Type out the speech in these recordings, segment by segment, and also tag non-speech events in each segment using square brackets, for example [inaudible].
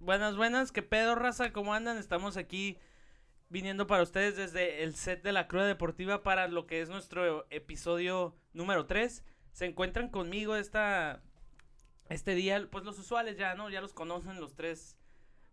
Buenas, buenas, qué pedo, raza, ¿cómo andan? Estamos aquí viniendo para ustedes desde el set de la Cruz Deportiva para lo que es nuestro episodio número 3. Se encuentran conmigo esta este día, pues los usuales ya, ¿no? Ya los conocen los tres,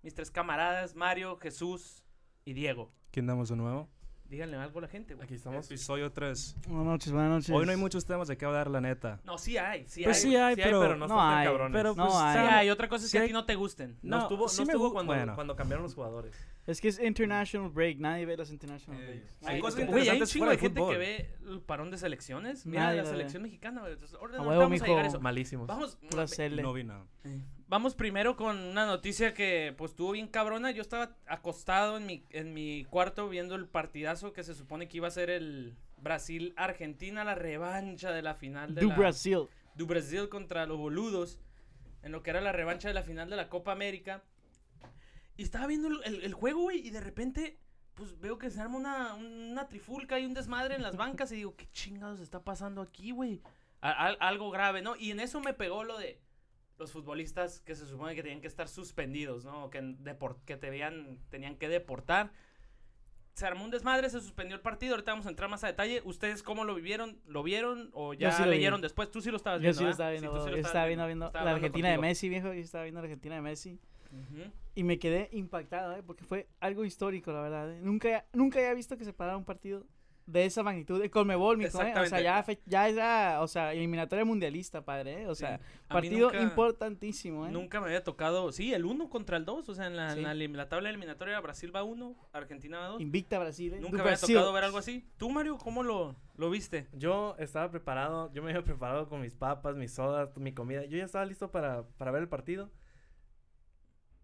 mis tres camaradas, Mario, Jesús y Diego. ¿Qué andamos de nuevo? Díganle algo a la gente, güey. Aquí estamos. Episodio 3. Buenas noches, buenas noches. Hoy no hay muchos temas de qué hablar, la neta. No, sí hay, sí Pues hay. sí güey. hay, pero- no. no Sí están tan hay, cabrones. pero No pues, hay. sabe- otra cosa es Sí que a hay- ti no te gusten. No, No, estuvo, sí no me estuvo gu- cuando, bueno. cuando cambiaron los jugadores. Es que es International Break, nadie ve las International Eh, Breaks. hay Nadie- cosas Güey, hay un interesantes chingo fuera de del gente fútbol. que ve el parón de selecciones. Mira Nadie la la ve. selección mexicana, güey. Entonces, Ah, ahorita A ahorita huevo, vamos a llegar a mijo. eso. Malísimos. Vamos, Pura L. No vi nada. vamos primero con una noticia que pues estuvo bien cabrona. Yo estaba acostado en mi, en mi cuarto viendo el partidazo que se supone que iba a ser el Brasil-Argentina, la revancha de la final de Do la, Brasil. do Brasil contra los boludos en lo que era la revancha de la final de la Copa América. Y estaba viendo el, el- el juego, güey, y de repente, pues veo que se arma una, una trifulca y un desmadre en las bancas. y digo, ¿qué chingados está pasando aquí, güey? A- al- algo grave, ¿no? Y en eso me pegó lo de los futbolistas que se supone que tenían que estar suspendidos, ¿no? Que, en- depor- que te veían- tenían que deportar. Se armó un desmadre, se suspendió el partido. Ahorita vamos a entrar más a detalle. ¿Ustedes cómo lo vivieron? ¿Lo vieron o ya sí lo vi. leyeron después? Tú sí lo estabas Yo viendo. sí lo ¿verdad? estaba Ah, Sí, viendo. tú sí lo yo estabas estaba viendo, viendo Estaba la hablando Argentina de contigo. Messi, viejo. Yo estaba viendo la Argentina de Messi. Ujú. Y me quedé impactado, ¿eh? Porque fue algo histórico, la verdad. ¿eh? Nunca, nunca había visto que se parara un partido de esa magnitud. De Colmebol, mijo, ¿eh? O sea, Exactamente. ya, fe- ya era, o sea, eliminatoria mundialista, padre, ¿eh? O sea, Sí. A mí partido nunca- importantísimo, ¿eh? Nunca me había tocado, sí, el 1 contra el 2, o sea, en la, en Sí. la elim- la tabla eliminatoria Brasil va 1, Argentina va 2. Invicta Brasil, ¿eh? Nunca Do me había Brasil. tocado ver algo así. Tú, Mario, ¿cómo lo, lo viste? Yo estaba preparado, yo me había preparado con mis papas, mis sodas, mi comida. Yo ya estaba listo para, para ver el partido.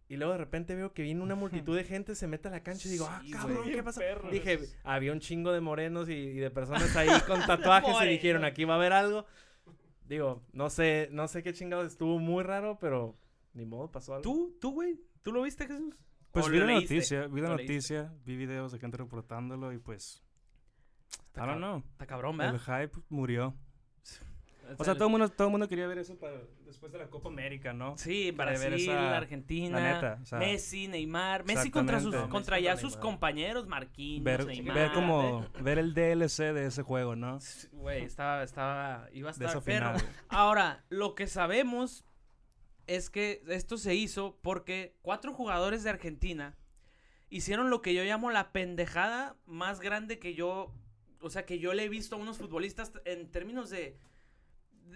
Y luego de repente veo que viene una multitud de gente, se mete a la cancha y digo, ah, Sí, cabrón, güey. ¿qué pasa? Perro. Dije, había un chingo de morenos y, y de personas ahí [laughs] con tatuajes y dijeron, aquí va a haber algo. Digo, no sé, no sé qué chingados estuvo muy raro, pero ni modo, pasó algo. ¿Tú, tú, güey? ¿Tú lo viste, Jesús? ¿O Pues lo vi la leíste? noticia, vi la ¿Lo leíste? noticia, vi videos de gente reportándolo y pues... I cab- don't know. Está cabrón, El ¿verdad? hype murió. O sea, el- todo el mundo, todo el mundo quería ver eso para después de la Copa América, ¿no? Sí, para ver Brasil, esa- Argentina, la neta, o sea, Messi, Neymar, Messi contra sus exactamente. contra Messi ya contra sus Neymar. compañeros, Marquinhos, Ver, Neymar. ver como... Ver el DLC de ese juego, ¿no? Sí, Güey, estaba, estaba, iba a De estar esa perro. final. Ahora, lo que sabemos es que esto se hizo porque cuatro jugadores de Argentina hicieron lo que yo llamo la pendejada más grande que yo, o sea, que yo le he visto a unos futbolistas en términos de,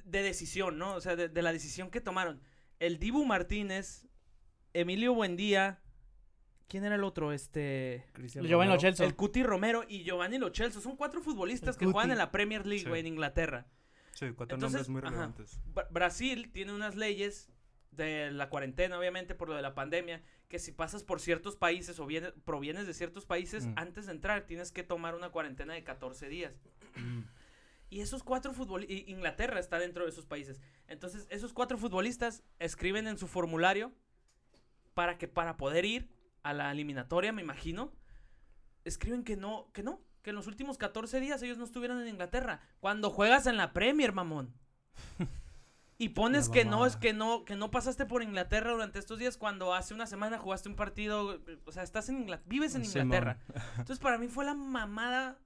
de decisión, ¿no? O sea, de, de la decisión que tomaron. El Dibu Martínez, Emilio Buendía, ¿quién era el otro? Este... Cristiano Giovanni Lo Ronaldo. Celso. El Cuti Romero y Giovanni Lo Celso son cuatro futbolistas El que juegan Cuti. en la Premier League, Sí. güey, en Inglaterra. Sí, cuatro Entonces, nombres muy ajá. relevantes. Bra- Brasil tiene unas leyes de la cuarentena, obviamente, por lo de la pandemia, que si pasas por ciertos países o viene- provienes de ciertos países, Mm. antes de entrar tienes que tomar una cuarentena de 14 días. Mm. y esos cuatro futbolistas, Inglaterra está dentro de esos países. Entonces, esos cuatro futbolistas escriben en su formulario para que para poder ir a la eliminatoria, me imagino, escriben que no, que no, que en los últimos 14 días ellos no estuvieron en Inglaterra. Cuando juegas en la Premier, [laughs] mamón. Y pones La que no, mamada. es que no, que no pasaste por Inglaterra durante estos días cuando hace una semana jugaste un partido, o sea, estás en Inglaterra, vives en Sí, Inglaterra. Entonces, para mí fue la mamada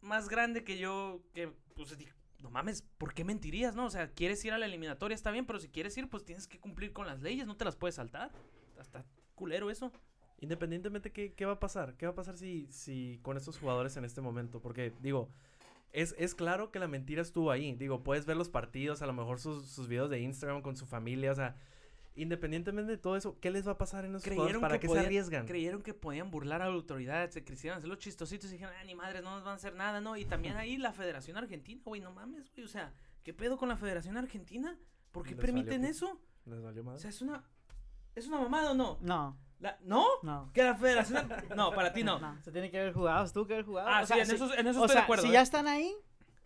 más grande que yo, que, pues, dije, no mames, ¿por qué mentirías, no? O sea, quieres ir a la eliminatoria, está bien, pero si quieres ir, pues tienes que cumplir con las leyes, no te las puedes saltar. Hasta culero eso. Independientemente, ¿qué, qué va a pasar? ¿Qué va a pasar si, si con estos jugadores en este momento? Porque, digo, es, es claro que la mentira estuvo ahí. Digo, puedes ver los partidos, a lo mejor sus, sus videos de Instagram con su familia, o sea, independientemente de todo eso, ¿qué les va a pasar en esos jugadores? ¿Para qué podían- se arriesgan? Creyeron que podían burlar a la autoridad, se quisieron hacer los chistositos y dijeron, ah, ni madres, no nos van a hacer nada, ¿no? Y también ahí la Federación Argentina, güey, no mames, güey, o sea, ¿qué pedo con la Federación Argentina? ¿Por qué Les permiten valió eso? ¿Les valió O madre? sea, es una... ¿Es una mamada o no? No, La- ¿No? no. Que la Federación... No, para ti no. [laughs] No, se tiene que haber jugado, se tuvo que haber jugado. Ah, O sí, sea, en si- eso, en eso o estoy sea, de acuerdo. si ¿eh? ya están ahí,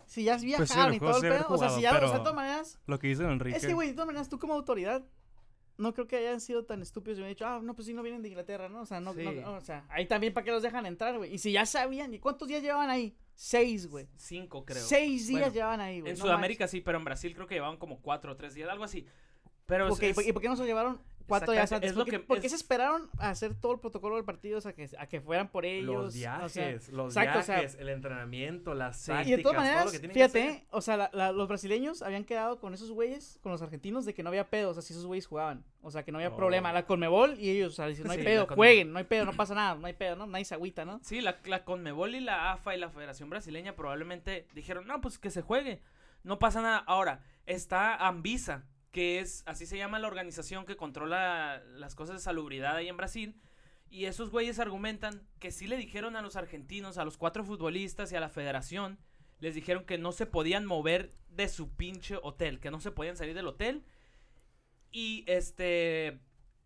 si ya Pues viajaron el y juego todo el se debe pedo, o sea, jugado, si ya, o sea, pero- de todas maneras, Lo que dice Enrique. es que, güey, de todas maneras, tú como autoridad, no creo que hayan sido tan estúpidos y hubieran dicho, ah, no, pues sí, no vienen de Inglaterra, ¿no? O sea, no, Sí. no- no, o sea, ahí también, ¿para qué los dejan entrar, güey? Y si ya sabían, ¿y cuántos días llevaban ahí? Seis, güey. Cinco, creo. Seis días Bueno, llevaban ahí, güey. En no Sudamérica sí, pero en Brasil creo que llevaban como cuatro o tres días, algo así. Pero manches. es- Ok, ¿y por- es- ¿y por qué no se llevaron cuatro días Exactamente, antes. es lo porque, que- porque es- se esperaron a hacer todo el protocolo del partido, o sea, que, a que fueran por ellos. los o viajes, sea, los exacto, o sea- viajes, el entrenamiento, las Sí. tácticas, y de todas todo lo maneras, que tienen que fíjate, hacer. eh, o sea, la- la- los brasileños habían quedado con esos güeyes, con los argentinos, de que no había pedo, o sea, si esos güeyes jugaban, o sea, que no había Oh. problema, la Conmebol y ellos, o sea, dicen, no hay Sí, la pedo, Conmebol. jueguen, no hay pedo, no pasa nada, no hay pedo, ¿no? Nadie se agüita, ¿no? Sí, la, la Conmebol y la AFA y la Federación Brasileña probablemente dijeron, no, pues que se juegue. No pasa nada. Ahora, está Anvisa, que es, así se llama la organización que controla las cosas de salubridad ahí en Brasil. Y esos güeyes argumentan que sí le dijeron a los argentinos, a los cuatro futbolistas y a la federación, les dijeron que no se podían mover de su pinche hotel, que no se podían salir del hotel. Y este,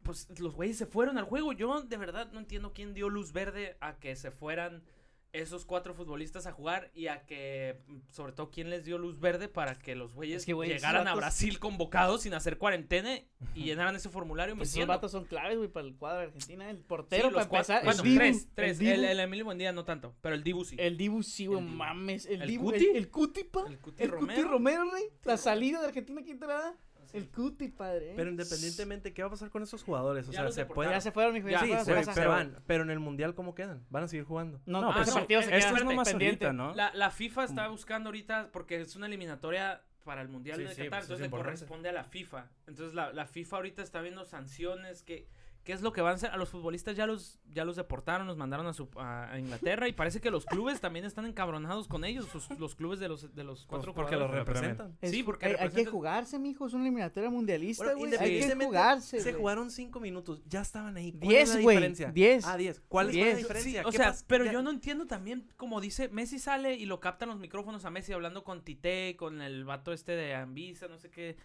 pues los güeyes se fueron al juego. Yo de verdad no entiendo quién dio luz verde a que se fueran esos cuatro futbolistas a jugar y a que, mm, sobre todo, quién les dio luz verde para que los güeyes Es que, güey, esos llegaran a vatos- Brasil convocados sin hacer cuarentena y llenaran ese formulario. Pues esos mintiendo. vatos son claves, güey, para el cuadro de Argentina, el Sí, portero los para cuatro- empezar, Bueno, el Dibu, tres, tres. el Dibu, El, el Emilio Buendía no tanto, pero el Dibu sí. el Dibu sí, güey, el Dibu. mames, el, ¿El Dibu, Cuti? el, el Cuti, pa, El Cuti el Cuti Romero. Romero, güey, la Romero. salida de Argentina, ¿quién te la da? Sí. El Cuti, padre, ¿eh? Pero independientemente, ¿qué va a pasar con esos jugadores? O Ya sea, los se deportaron. pueden... ya se fueron, mijo, ya, Ya, se sí, fueron, se güey, se, pasan. se van, pero en el mundial ¿cómo quedan? Van a seguir jugando. No, Ah, pero ese no, partido se eh, queda esto Esto es espérate, nomás pendiente. ahorita, ¿no? La, la FIFA está buscando ahorita, porque es una eliminatoria para el Mundial Sí, de sí, Qatar, pues es entonces le importante. corresponde a la FIFA. Entonces la, la FIFA ahorita está viendo sanciones, que, qué es lo que van a hacer. A los futbolistas ya los, ya los deportaron, los mandaron a, su, a, a Inglaterra y parece que los clubes también están encabronados con ellos, sus- los clubes de los, de los cuatro Pues porque los jugadores. representan. Sí, Es- porque hay, hay que representa- jugarse, mijo. Es una eliminatoria mundialista, Bueno, güey. hay que independientemente, jugarse. Se güey. jugaron cinco minutos, ya estaban ahí. ¿Cuál Diez, es la güey, diferencia? diez. Ah, 10. ¿Cuál es Diez. la diferencia? Sí, o ¿Qué sea, pas- pero ya- yo no entiendo también, como dice, Messi sale y lo captan los micrófonos a Messi hablando con Tite, con el vato este de Anvisa, no sé qué,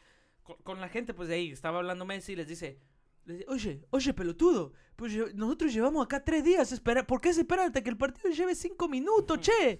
con, con la gente, pues de ahí, estaba hablando Messi y les dice, les dice, oye, oye, pelotudo, pues lle- nosotros llevamos acá tres días, espera, ¿por qué se esperan hasta que el partido lleve cinco minutos, che?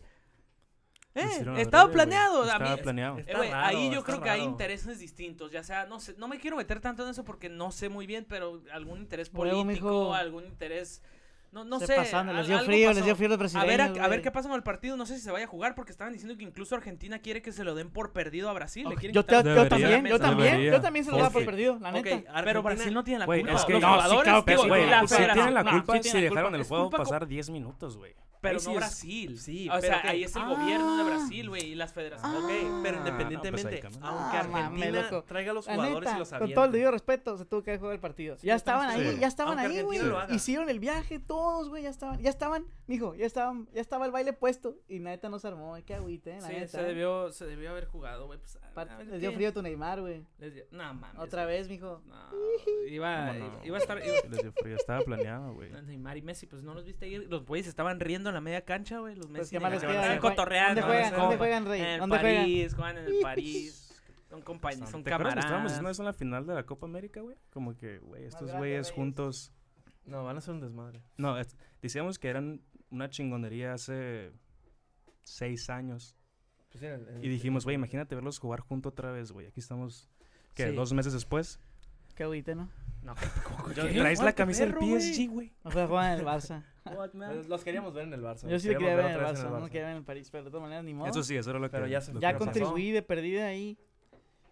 Lo ¿Eh? hicieron Estaba adrede, güey. planeado. a mí- Estaba planeado. eh, Está güey, raro, ahí yo está creo que hay raro. intereses distintos, ya sea, no sé, no me quiero meter tanto en eso porque no sé muy bien, pero algún interés Luego, político, mijo. algún interés, no, no Se sé. pasaron, les al- dio algo frío, les pasó. dio frío los A brasileños. ver, a, a ver güey. qué pasa con el partido, no sé si se vaya a jugar porque estaban diciendo que incluso Argentina quiere que se lo den por perdido a Brasil. le Ok, quieren Yo, te- quitar- yo Debería, también, yo debería. también, yo también se lo daba por Porque- perdido, la Ok, neta. Pero Argentina- Brasil no tiene la Güey, culpa. es que los no, sí, jugadores, claro que digo, sí, y güey. la Sí tienen federación, la no, culpa sí si tienen la dejaron culpa. el Es juego culpa co- pasar 10 minutos, güey. Pero Ahí sí no es- Brasil. sí, o pero sea, ok. ahí es el gobierno de Brasil, güey, y las federaciones. Ok, pero Ah, no, independientemente, pues ahí cambia. aunque Ah, mames, Argentina loco. traiga a los La jugadores neta, y los con todo el aviente. debido respeto, se tuvo que jugar el partido. Sí, ya yo estaban también ahí, sí. ya estaban Aunque ahí, güey. Argentina lo haga. Hicieron el viaje todos, güey, ya estaban, ya estaban, mijo, ya estaban, ya estaba el baile puesto y la neta no se armó, güey, qué agüite, eh, la Sí, neta. se debió, se debió haber jugado, güey. Pues, a- Pat- a ver les dio qué- frío a tu Neymar, güey. les dio- No mames. Otra güey. vez, mijo. No, Ah, [laughs] iba, ¿Cómo no? iba a estar. iba- [laughs] Les dio frío, estaba planeado, güey. Neymar y Messi, pues no los viste ir. Los güeyes estaban riendo en la media cancha, güey. Los Pues Messi qué y más les Neymar. queda. Estaban ¿Dónde juegan? cotorreando. no ¿Dónde sé juegan? ¿Dónde cómo. juegan, Rey? En el ¿Dónde juegan? París, juegan en [laughs] el París. Son compañeros, Pues, son ¿Te acuerdas que estábamos camaradas. diciendo eso en la final de la Copa América, güey? Como que, güey, estos grande, güeyes güeyes. juntos. No, van a ser un desmadre. No, es- decíamos que eran una chingonería hace seis años. Pues sí, el- el- Y dijimos, güey, imagínate verlos jugar junto otra vez, güey. Aquí estamos, ¿qué? Sí. ¿Dos meses después? Qué agüite, ¿no? No, Yo- ¿Qué? Traes la Cuarto camisa del perro, güey. PSG, güey. No fue a jugar en el [laughs] Barça. Los- Los queríamos ver en el Barça. Yo los sí lo quería ver en queríamos el otra vez Barça, no quería ver en el París, pero de todas maneras ni modo. Eso sí, eso era lo que. Pero ya lo se- que ya nos con pasó. contribuí de perdida ahí.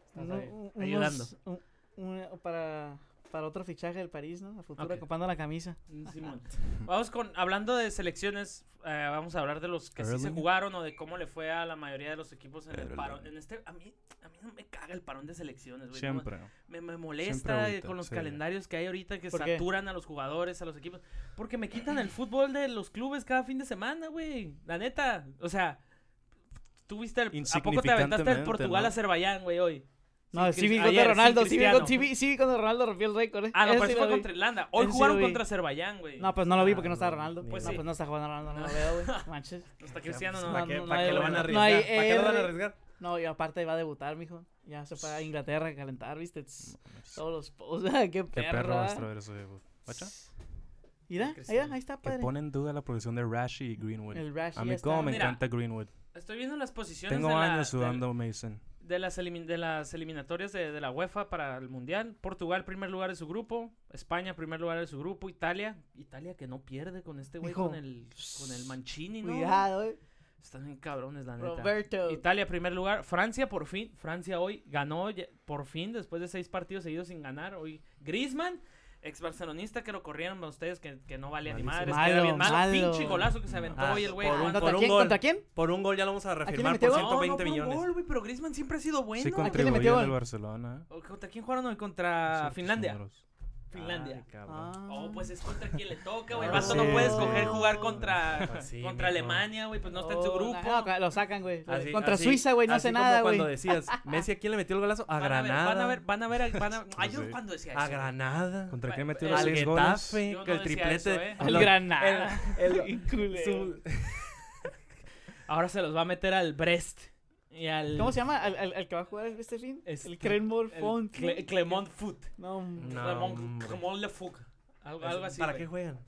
Estás uno- ahí, unos- ayudando. un- un- para, para otro fichaje del París, ¿no? A futuro, Ok. comprando la camisa. Mm, Simón. Vamos con, hablando de selecciones, eh, vamos a hablar de los que sí se Erling. jugaron o de cómo le fue a la mayoría de los equipos en el Erling. parón. En este, a mí, a mí no me caga el parón de selecciones, güey. no me- Siempre. me, me molesta eh, ahorita, con los sí. calendarios que hay ahorita que ¿Por qué? saturan a los jugadores, a los equipos. Porque me quitan el fútbol de los clubes cada fin de semana, güey. La neta. O sea, tú viste el, ¿A poco te aventaste el Insignificantemente, Portugal ¿no? Azerbaiyán, güey, hoy? No, Sin sí vi Cris- contra ayer, sin Ronaldo, sí vi, Cristiano. con- sí vi- sí vi cuando Ronaldo rompió el récord, ¿eh? Ah, no, Ese pero eso sí fue lo vi. contra Irlanda. Hoy Ese sí jugaron lo vi. contra Azerbaiyán, güey. No, pues no lo vi Ah, porque no estaba no, Ronaldo. ni Pues no, sí. pues no está jugando Ronaldo, no lo veo, güey. Manches. No está Cristiano, no. ¿Para no, qué, no para hay qué lo van a duda. arriesgar? No hay ¿Para qué lo van a R. arriesgar? No, y aparte va a debutar, mijo. Ya se fue a Inglaterra a calentar, ¿viste? Tss, Todos los... [laughs] O sea, qué Qué perro, perro ¿ah? ¿verdad? vas a ver eso, güey. Guacha. Mira, mira, ahí está, Que padre. pone en duda la producción de Rashi y Greenwood. El Rashi a ya mí, está. como me Mira, encanta Greenwood. Estoy viendo las posiciones Tengo de la- años del- sudando Mason. De las, elimin- de las eliminatorias de, de la UEFA para el Mundial, Portugal primer lugar de su grupo, España primer lugar de su grupo, Italia, Italia que no pierde con este güey, Mijo. con el, con el Mancini, ¿no? Cuidado, eh. Están bien cabrones, la neta. Roberto. Italia, primer lugar. Francia, por fin. Francia hoy ganó, ya- por fin, después de seis partidos seguidos sin ganar. Hoy Griezmann, ex barcelonista, que lo corrieron a ustedes, que, que no valía ni madres. Malísimo. que era Malo, bien malo. malo. Pinche golazo que se aventó Ah, hoy el güey. por un- Ah, ¿Contra un quién? gol. ¿Contra quién? Por un gol ya lo vamos a refirmar metió por gol? Oh, no, no, 120 por un millones. gol, güey, pero Griezmann siempre ha sido bueno. Sí quién le contribuyó metió en el gol? Barcelona. ¿O ¿Contra quién jugaron hoy? Contra Ciertos Finlandia. números. Finlandia. Ay, cabrón. Oh, pues es contra quien le toca, güey. El Ah, vato sí, no puede sí. escoger jugar contra, Pues sí, contra mijo. Alemania, güey. Pues no está en su Oh, grupo. no, no, lo sacan, güey. Así- Contra así- Suiza, güey, no así hace como nada, Cuando güey. decías, Messi, ¿a quién le metió el golazo? Van a A ver, Granada. Van a ver, van a ver. a- Van [laughs] a... Ay, yo sé. cuando decía eso. A Granada. ¿Contra Ba- quién metió eh, los Al seis goles? Getafe. Yo que no decía el triplete. eso, ¿eh? Al lo- Granada. [laughs] el- [laughs] el- Culero. su- Ahora se los va a meter al Brest y al. ¿Cómo se llama? ¿Al, al, al que va a jugar este fin? Este- el Crenmore el Font. Cle- Clermont Foot. No, hombre. No, Clermont hombre. Clermont Le Foot. Algo, algo así. ¿Para güey. qué juegan?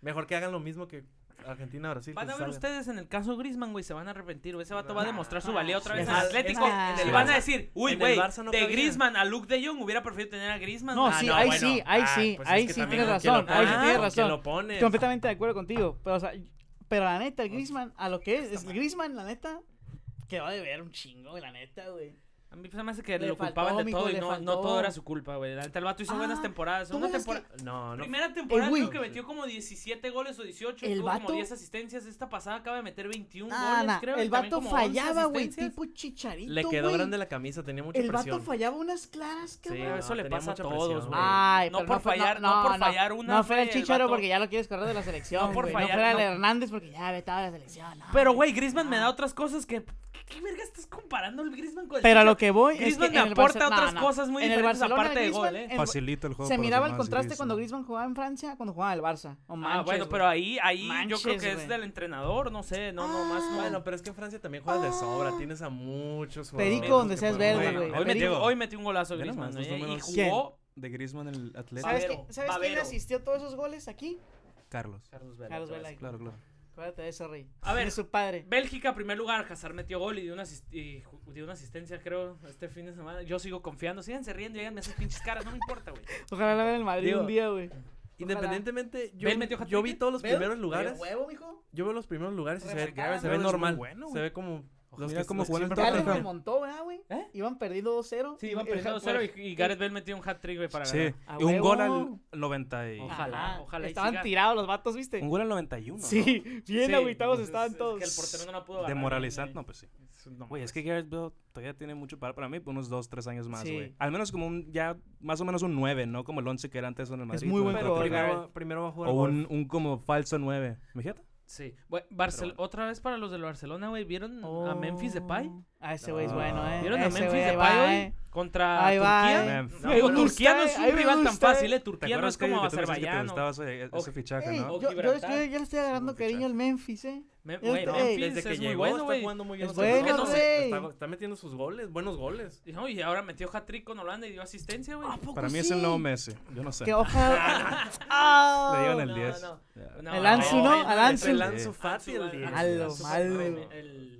Mejor que hagan lo mismo que Argentina-Brasil. Van que a se ver salgan. ustedes en el caso Grisman, güey, se van a arrepentir, güey. Ese vato va a Nah. demostrar su valía otra vez Es en más, Atlético. es más. Les Sí. van a decir, uy, En el güey, Barça no de cabía. Grisman a Luke de Jong hubiera preferido tener a Grisman. No, Ah, sí, no, ahí bueno. sí, ahí Ah, sí, pues es ahí que sí también tienes con quién lo razón, ahí sí pones, tienes con quién lo razón. pones. Completamente de acuerdo contigo, pero o sea, pero la neta, el Griezmann, a lo que es, es Griezmann, la neta, que va a deber un chingo, güey, la neta, güey. A mí se me hace que Le lo culpaban faltó, de mijo, todo y le no, no todo faltó. era su culpa, güey. La neta, El vato hizo Ah, buenas temporadas. ¿tú Segunda ves que- temporada. No, no. Primera temporada güey. creo que metió como 17 goles o 18. El tuvo vato- como 10 asistencias. Esta pasada acaba de meter 21 Nah, goles, nah, creo. y el también vato como 11 fallaba, güey, asistencias. tipo chicharito, Le quedó güey. grande la camisa, tenía mucha El presión. vato fallaba unas claras, Sí, cabrón. Pero eso le Ah, tenía pasa a mucha todos, presión, güey. Ay, No pero por fue- fallar- no por fallar una, No fue el güey, el Chicharo vato- porque ya lo quieres correr de la selección. No por güey, fallar, No fuera no. el Hernández porque ya vetaba la selección. no, Pero, güey. güey, Griezmann me da Ah. otras cosas que... ¿Qué, qué verga estás comparando el Griezmann con el Pero a Chicharo? lo que voy es que Griezmann en me el aporta Barce- no, otras no. cosas muy En el diferentes Barcelona, aparte de gol, Griezmann, ¿eh? en- Facilita el juego. Se para los miraba el demás, contraste Griezmann. cuando Griezmann jugaba en Francia, cuando jugaba en el Barça. O Ah, Manches, bueno, güey. pero ahí, ahí yo creo Manches, que es güey. Ah, del entrenador, no sé, no, no, más no. Bueno, pero es que en Francia también juegas de sobra. Tienes a muchos jugadores. Perico donde que seas pueden- verde, Bueno, güey. hoy, metí, Perico. hoy metí un golazo Mira Griezmann, nomás los ¿eh? y números. jugó De Griezmann, el atleta. ¿Sabes, Babero, qué- ¿sabes quién Babero. asistió todos esos goles aquí? Carlos. Carlos Vela. Carlos te voy a Vela. decir. Claro, claro. Acuérdate de eso, Rey. A ver. De su padre. Bélgica, primer lugar, Hazard metió gol y dio una, asis- y ju- dio una asistencia, creo, este fin de semana. Yo sigo confiando, síganse riendo, díganme esas pinches caras, no me importa, [laughs] güey. Ojalá la vean en el Madrid Digo, un día, güey. Independientemente, yo, ¿Bale metió yo hat-trick? vi todos los ¿Veo? primeros lugares. ¿Veo huevo, mijo? Yo veo los primeros lugares y se ve, Remontada. se Pero ve es muy normal. bueno, güey. se ve como. los mira que- cómo los que juegan siempre todos. Ya les Remontada. remontó, ¿verdad, güey? ¿Eh? Iban perdiendo 2-0. Sí, iban El- el- perdiendo 0 y, y Gareth Bale metió un hat-trick, güey, para Sí. ganar. A Y un gol huevo. Ah, al 90 y... Ojalá. Ajá, ojalá y Estaban siga. tirados los vatos, ¿viste? Un gol al 91. ¿no? Sí, bien Sí, agüitados pues, estaban es- es todos. que el portero no la pudo agarrar, Demoralizante. güey. No, pues sí. Güey, es que Gareth Bale todavía tiene mucho para, para mí, unos 2, 3 años más, Sí. güey. Al menos como un, ya, más o menos un 9, ¿no? Como el 11 que era antes en el Madrid. muy buen ¿no? Pero jugador, Pero- primero, primero va a jugar. O golf. un, un como falso 9. ¿Me fíjate? Sí. Bueno, Barcel- Pero bueno. Otra vez para los del Barcelona, güey, ¿vieron a Memphis Depay? Ah, ese güey es bueno, ¿eh? ¿Vieron a Oh. Ese Memphis güey, ahí Depay va, hoy? ¿eh? Contra Ahí va, Turquía. eh. Memphis. No, Ahí digo, me Turquía no gusta, es eh, un ahí me rival tan gusta, eh. fácil, eh. ¿Te Turquía no acuerdas es como que, que tú me dijiste que te Azerbaiyán. gustaba ese, ese Ojo. fichaje, Ey, no? O yo, yo, yo Gibraltar. ya le estoy agarrando fichaje. cariño al Memphis, ¿eh? Me- Este- güey, Ey, Memphis Desde que es muy llegó bueno, este está güey. jugando muy bien. Es los partidos. bueno, No sé, güey. Está, está metiendo sus goles, buenos goles. Y, no, y ahora metió hat-trick con Holanda y dio asistencia, güey. ¿A poco Para mí es sí? el nuevo Messi. Yo no sé. Que [laughs] ojalá. ¡Ah! Le dieron el no, 10. no. Ya. No, El Ansu, ¿no? güey, Al el- Ansu. Entre el el- Ansu Fati y el Ansu, Diego. Ansu, Malo, Ansu, malo. el- el-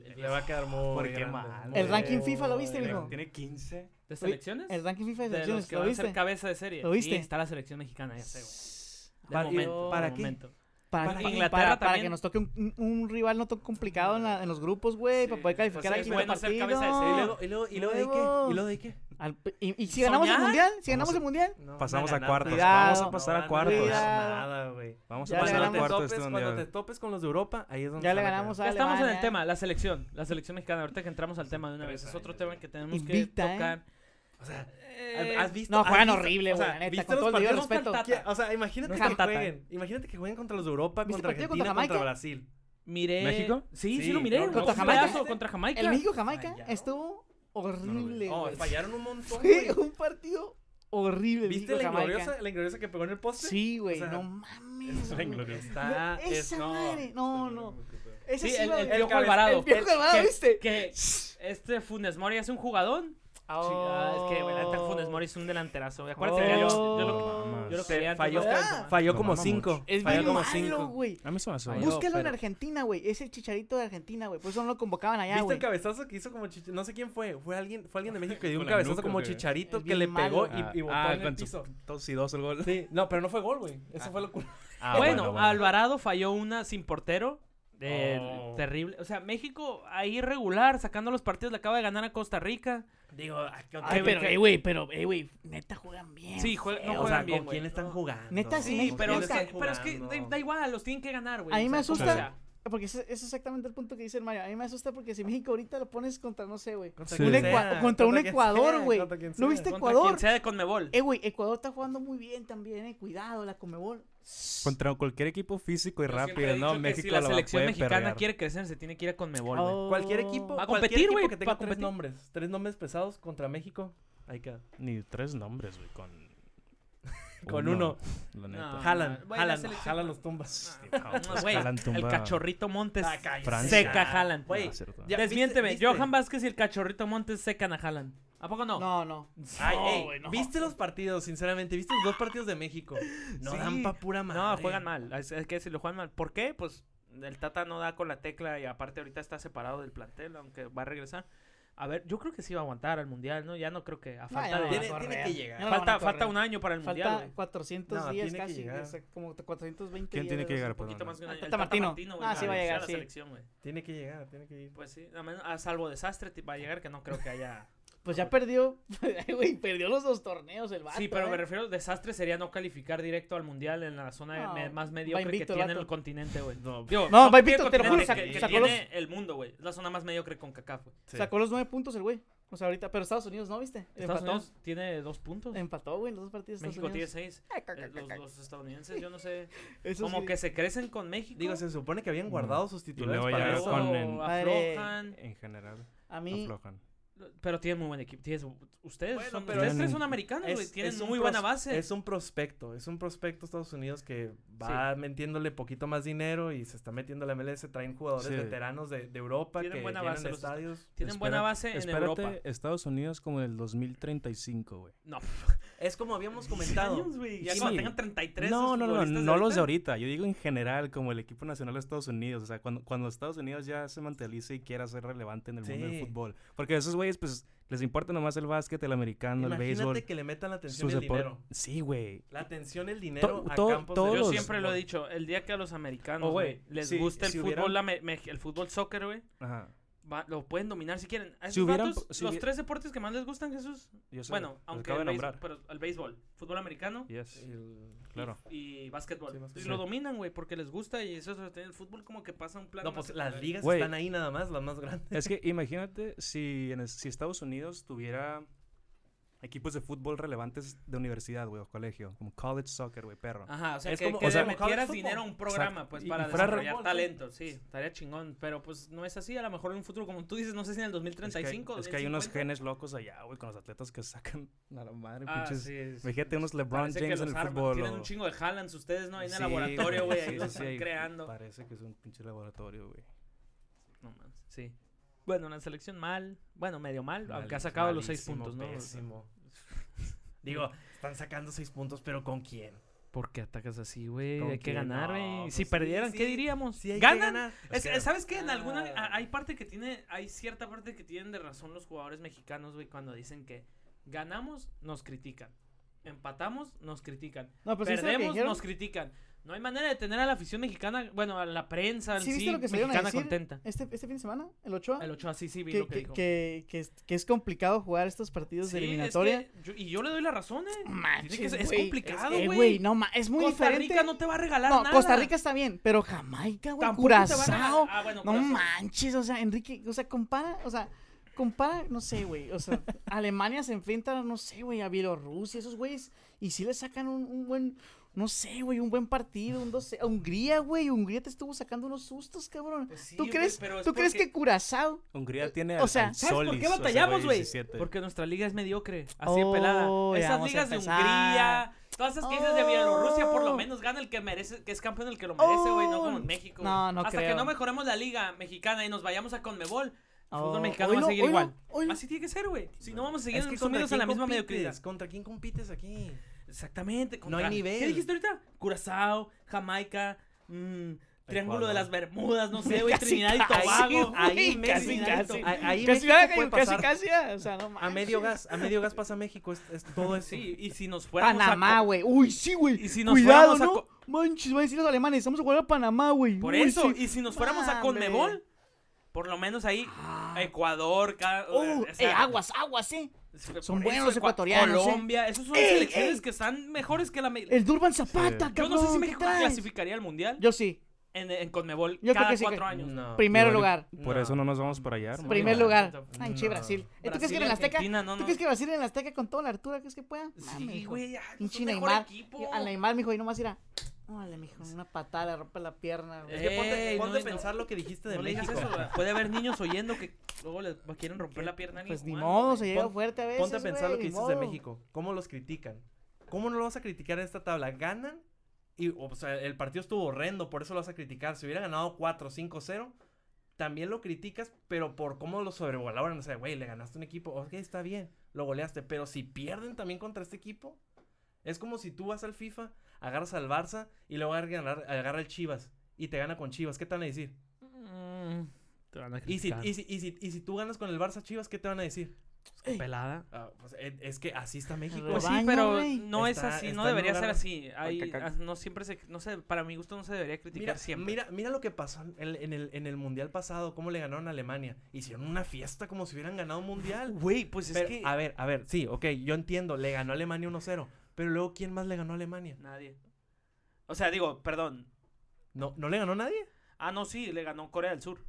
el- Le va a quedar muy Porque grande, mal. muy El ranking grande. FIFA, ¿lo viste, mijo? Tiene 15. ¿De selecciones? El ranking FIFA de de los selecciones, que ¿lo van a ser viste? cabeza de serie. ¿Lo viste? Sí, está la selección mexicana, ya sé, güey. De Para- momento, ¿para de qué? momento. Para, Para para- Inglaterra para- para también. que nos toque un, un- un rival no tan complicado en, la- en los grupos, güey, Sí, para poder calificar pues al sí, siguiente bueno, ser partido. cabeza de serie. Y luego, y luego, y luego de ahí qué? ¿Y luego de ahí qué? Al- y, y si ganamos el ¿Soñar? mundial, si Vamos ganamos a- el mundial, No, Pasamos no a ganaste. cuartos. Cuidado. Vamos a pasar No, a cuartos. No Cuidado. ganas nada, güey. Vamos Ya a Cuando pasar te a ganamos. cuartos topes- este Cuando te mundial. topes con los de Europa, ahí es donde ya se le van a ganamos a caer. Ya estamos en Alemania. el tema, la selección. La selección mexicana. Ahorita que entramos al tema de una vez. Es otro tema que tenemos Invicta, que ¿eh? tocar. O sea, Eh, ¿has visto? No, has juegan visto- horrible, o güey, sea, la neta. ¿viste Con los todo el debido partidos? respeto. Cantata. Que- O sea, imagínate No es que cantata. jueguen. Imagínate que jueguen contra los de Europa, ¿Viste el contra partido Argentina, contra contra, Jamaica? Brasil. Miré. ¿México? Sí, sí, Sí, lo miré. no, un ¿contra golazo Jamaica? contra Jamaica. El México-Jamaica Fallaron. estuvo horrible, Oh, güey. [laughs] fallaron un montón. Fue güey. un partido horrible. el ¿Viste la México-Jamaica. ingloriosa, la ingloriosa que pegó en el poste? Sí, güey, O sea, no mames. la güey. ingloriosa. Está. Esa madre, no, no. Esa Sí, sí el, la- el Piojo cabeza- Alvarado. el Piojo Que- Alvarado, que- ¿viste? Que este Funes Mori hace un jugadón. ah, Chica, Ah, es que, güey, la neta, Funes Mori es un delanterazo. güey. Acuérdate que yo, Oh. yo lo, Ah. Mamas. yo lo Se quería antes falló. más que antes, ¿no? Falló Lo como mama cinco. mucho. Es falló bien como malo, cinco. güey. A mí se me hace Ay, bueno. Dios. Búscalo en pero- Argentina, güey. Es el chicharito de Argentina, güey. Por eso no lo convocaban allá, ¿Viste güey. el cabezazo que hizo como chicharito? No sé quién fue. Fue alguien, fue alguien de México que dio un Con la cabezazo nuca, como güey. chicharito Es que bien le pegó malo. y, y botó Ah, en el con su piso. dos y dos el gol. Sí, no, pero no fue gol, güey. Eso fue lo Ah, bueno, Alvarado falló una sin portero. Eh, Oh. Terrible. O sea, México ahí regular, sacando los partidos, le acaba de ganar a Costa Rica. Digo, ¿a qué- Ay, qué- pero, qué- ey, güey, pero, ey, güey, neta juegan bien. Sí, juega- no feo, o sea, juegan ¿con bien, güey, quién están no. jugando? Neta, sí, Sí, ¿con pero, quién es están que, pero es que da, da igual, los tienen que ganar, güey. A mí me este como asusta- sea. Porque ese, ese es exactamente el punto que dice el Mayo. A mí me asusta porque si México ahorita lo pones contra, no sé, güey. Contra Sí. quien Un Ecua- sea, contra un quien Ecuador, sea, güey. contra quien ¿No sea. viste? Contra Ecuador. quien sea de Conmebol. Eh, güey, Ecuador está jugando muy bien también, eh. Cuidado, la Comebol. Contra cualquier equipo físico y Yo siempre he rápido, ¿no? dicho que México si la lo va- selección puede mexicana perrear. quiere crecer, se tiene que ir a Conmebol, güey. Oh. Cualquier equipo, Va a cualquier competir, equipo güey, que va tenga a tres competir. nombres, tres nombres pesados contra México, ahí queda. Ni tres nombres, güey, [laughs] con... Con uno. La No. neta. Jalan, güey, la jalan, selección- jalan los tumbas. Ah, güey, Haaland el tumba- cachorrito Montes Ah, cállese. Francia. seca a Haaland. Güey, Ah, cierto. ya- Desmiénteme, ¿viste- viste? Johan Vázquez y el cachorrito Montes secan a Haaland. ¿A poco no? No, no. Ay, No, ey, güey, no. ¿Viste los partidos, sinceramente? ¿Viste los dos partidos de México? No Sí. dan pa' pura madre. No, juegan mal. Es, es que si lo juegan mal. ¿Por qué? Pues el Tata no da con la tecla y aparte ahorita está separado del plantel, aunque va a regresar. A ver, yo creo que sí va a aguantar al Mundial, ¿no? Ya no creo que a falta no, de... no, Tiene, van a tiene que correr. llegar. No lo van a falta, correr. falta un año para el Mundial, Falta güey. 400 No, días tiene que casi. llegar. o sea, como 420 ¿Quién días. tiene que o sea, llegar? Un poquito Perdón. más que un Al año. Tata El Tata Martino. Martino, güey, Ah, va sí, va a regresar llegar, la sí. selección, güey. Tiene que llegar, tiene que ir. Pues sí, a, menos- a salvo desastre ti- va a llegar que no creo que haya... Pues ya perdió. [laughs] Ay, güey, perdió los dos torneos el [laughs] vato. sí, pero eh. me refiero, desastre sería no calificar directo al Mundial en la zona No, me- más va mediocre que invicto el tiene vato. el continente, güey. No, Digo, No, va tiene invicto, te lo juro, continente sac- que, que sacó los- tiene el mundo, güey. Es la zona más mediocre con CACAF, güey. sí. Sacó los 9 puntos el güey. O sea, ahorita. Pero Estados Unidos no, ¿viste? Estados Empató. Unidos tiene dos puntos. Empató, güey, en los dos partidos. de México Estados tiene Unidos. seis. Eh, Los, los estadounidenses, yo no sé. [laughs] Eso Como sí. que se crecen con México. Digo, se supone que habían Mm. guardado sus Y titulares luego para ya eso. luego con el- Padre. aflojan. En general, A mí. aflojan. Pero tienen muy buen equipo. tienes- ustedes Bueno, son, pero ustedes es- tres son americanos, güey. Es- Tienen es un muy buena pros- base. Es un prospecto, es un prospecto Estados Unidos que va metiéndole poquito más dinero y se está metiendo la MLS, traen jugadores Sí. veteranos de, de Europa Tienen que buena llenan base los- estadios. tienen Espera- buena base en espérate Europa. Estados Unidos como en el 2035, güey. No, Es como habíamos comentado. años, güey. Ya Sí. cuando tengan 33. No, esos no, no, no, futbolistas no los de ahorita. ahorita. Yo digo en general, como el equipo nacional de Estados Unidos. O sea, cuando, cuando Estados Unidos ya se mantelice y quiera ser relevante en el mundo Sí. del fútbol. Porque a esos güeyes, pues, les importa nomás el básquet, el americano, Imagínate el béisbol. que le metan la atención Sus y el deportes. dinero. Sí, güey. La atención, el dinero a todo- campos de- todos Yo los- siempre lo he dicho. El día que a los americanos Oh, güey, güey, les sí, gusta el si fútbol, hubieran- la me- me- el fútbol soccer, güey. Ajá. va- lo pueden dominar si quieren. A Si esos hubieran vatos, po- si los hubi- tres deportes que más les gustan, Jesús. Yo sé, bueno, los aunque acabo el de béisbol, pues, eh, nombrar. pero el béisbol, fútbol americano Yes. el- Claro. y, y básquetbol. Sí, básquet. Y lo Sí. dominan, güey, porque les gusta y eso es lo que tiene el fútbol como que pasa a un plan. No, más pues las secundario. ligas Güey. están ahí nada más, las más grandes. Es que imagínate si, en es- si Estados Unidos tuviera equipos de fútbol relevantes de universidad, güey, o colegio. Como college soccer, güey, perro. Ajá, o sea, Es que, como- que o sea, le como college metieras football. dinero a un programa, pues, Y- y para fuera desarrollar fútbol, sí. talento, sí, estaría chingón, pero pues no es así, a lo mejor en un futuro, como tú dices, no sé si en el Es que hay- 2035 Es que, hay unos 2050. genes locos allá, güey, con los atletas que sacan [laughs] a la madre, Ah, pinches. sí, sí. Imagínate unos LeBron Parece que James en los el arman, fútbol. Tienen o- un chingo de Haalands ustedes, ¿no? Ahí en el Sí, laboratorio, güey, ahí sí, los sí, están sí, creando. Parece que es un pinche laboratorio, güey. No mames, sí. Bueno, la selección mal, bueno, medio mal, aunque ha Mal- sacado los seis malísimo, puntos, ¿no? pésimo. [laughs] Digo, están sacando seis puntos, pero ¿con quién? ¿Por qué atacas así, güey? ¿Con Hay que quién? ganar, No, güey. pues si sí, perdieran, ¿qué sí, diríamos? Sí hay que ¿Ganan? ganar. Es- Es que- ¿Sabes qué? En alguna... Ah. a- Hay parte que tiene... Hay cierta parte que tienen de razón los jugadores mexicanos, güey, cuando dicen que ganamos, nos critican. Empatamos, nos critican. No, pero Pues sí viste lo que Perdemos, dijeron? nos critican. No hay manera de tener a la afición mexicana, bueno, a la prensa, al ¿Sí sí, viste lo que salieron a mexicana decir? contenta. Este, este fin de semana, el Ochoa, El 8 así sí vi que, lo que, que, dijo. que- que es, que es complicado jugar estos partidos Sí, de es que eliminatoria. yo- y yo le doy la razón, eh. Manches, Tiene que ser- es güey. complicado, Eh, güey. güey, no, ma- es muy Costa diferente. Rica no te va a regalar No, nada. Costa Rica está bien, pero Jamaica, güey, Tampoco te van a- Curazao. Ah, bueno, no Curazao. manches, o sea, Enrique, o sea, compara, o sea, compara, no sé, güey, o [laughs] sea, Alemania se enfrenta, no sé, güey, a Bielorrusia, esos güeyes, y sí le sacan un, un buen, no sé, güey, un buen partido, un 12, a Hungría, güey, Hungría te estuvo sacando unos sustos, cabrón. Pues sí, ¿Tú güey, crees, pero es tú crees porque- que Curazao? Eh, Hungría tiene o al- sea, al ¿Sabes por Solis, qué o sea, batallamos, güey? 17. Porque nuestra liga es mediocre, así Oh, de pelada. ya Esas vamos a ligas de empezar. Hungría, todas esas que dices de Bielorrusia, por lo Oh. menos gana el que merece, que es campeón el que lo merece, güey, no Oh. como en México. No, güey. no Hasta que creo. no mejoremos la liga mexicana y nos vayamos a Conmebol, el Oh, fútbol mexicano va oílo, a seguir oílo, igual. oílo. Así tiene que ser, güey. Si no vamos a seguir Es que contra sumidos en quién la misma compites, mediocridad. ¿Contra quién compites aquí? Exactamente. No hay nivel. ¿Qué dijiste ahorita? Curazao, Jamaica, mm, Triángulo Ecuador. de las Bermudas, no [laughs] sé, güey, Casi, Trinidad y casi, Tobago. güey, ahí casi, México, casi. ahí- ahí Casi, México ay, puede casi, pasar casi, ah, o sea, no a medio manches. gas, a medio gas pasa México, es, es todo eso. Sí, y si nos fuéramos a Panamá, Co- güey. Uy, sí, güey. Y si nos Cuidado, fuéramos a ¿no? co- Manches, van a decir los alemanes, vamos a jugar a Panamá, güey. Por Uy, eso, sí. y si nos fuéramos a Mame. Conmebol, por lo menos ahí Ecuador, ca- Oh, o sea, Ah. eh, aguas, aguas, eh. es- por son eso buenos los Ecua- ecuatorianos, ¿eh? Colombia, esos son Ey, selecciones ey. que están mejores que la me- El Durban Zapata, Yo cabrón. no sé si ¿qué México traes? clasificaría al mundial Yo sí. en, en Conmebol Yo creo cada que sí que- cuatro años. No. Primer Yo- lugar. Por No. eso no nos vamos para allá, hermano. Primer no, lugar. no. Manche, Brasil. Eh, ¿Tú crees Brasil que y en el Azteca? Argentina, no, ¿Tú no. crees que Brasil en el Azteca con toda la altura crees que pueda? Mame, Sí, hijo. güey, ay, pues Pinche un mejor Neymar. equipo. Y A Neymar, mijo, y nomás irá. Órale, mijo, una patada, le rompe la pierna, güey. Es que ponte, Ey, ponte no, a pensar lo que dijiste de No le digas México. eso, güey. puede haber niños oyendo que luego les quieren romper la pierna. Pues ni igual, modo, güey. se llega Pon- fuerte a veces. Ponte a pensar güey, lo que ni dices de modo. México. ¿Cómo los critican? ¿Cómo no lo vas a criticar en esta tabla? Ganan y, o sea, el partido estuvo horrendo, por eso lo vas a criticar. Si hubiera ganado 4, 5, 0, también lo criticas, pero por cómo lo sobrevolaron. O sea, güey, le ganaste un equipo. Ok, está bien, lo goleaste. Pero si pierden también contra este equipo, es como si tú vas al FIFA, agarras al Barça y luego agarra, agarra al Chivas y te gana con Chivas. ¿Qué te van a decir? Mm, Te van a Y si, criticar. y si- y si- y si tú ganas con el Barça Chivas, ¿qué te van a decir? pelada. Ah, pues, eh, es que así está México. Pues sí, Rebaño, pero güey. no Está- es así, está no en debería lugar- ser así. Hay- Porque acá- no siempre se, no sé, para mi gusto no se debería criticar Mira, siempre. mira, mira lo que pasó en el, en el- en el mundial pasado, cómo le ganaron a Alemania. Hicieron una fiesta como si hubieran ganado un [laughs] mundial. güey, pues Pero, es que A ver, a ver, sí, ok, yo entiendo, le ganó Alemania 1-0. Pero luego, ¿quién más le ganó a Alemania? nadie. O sea, digo, perdón. ¿No, ¿no le ganó nadie? Ah, no, sí, le ganó Corea del Sur.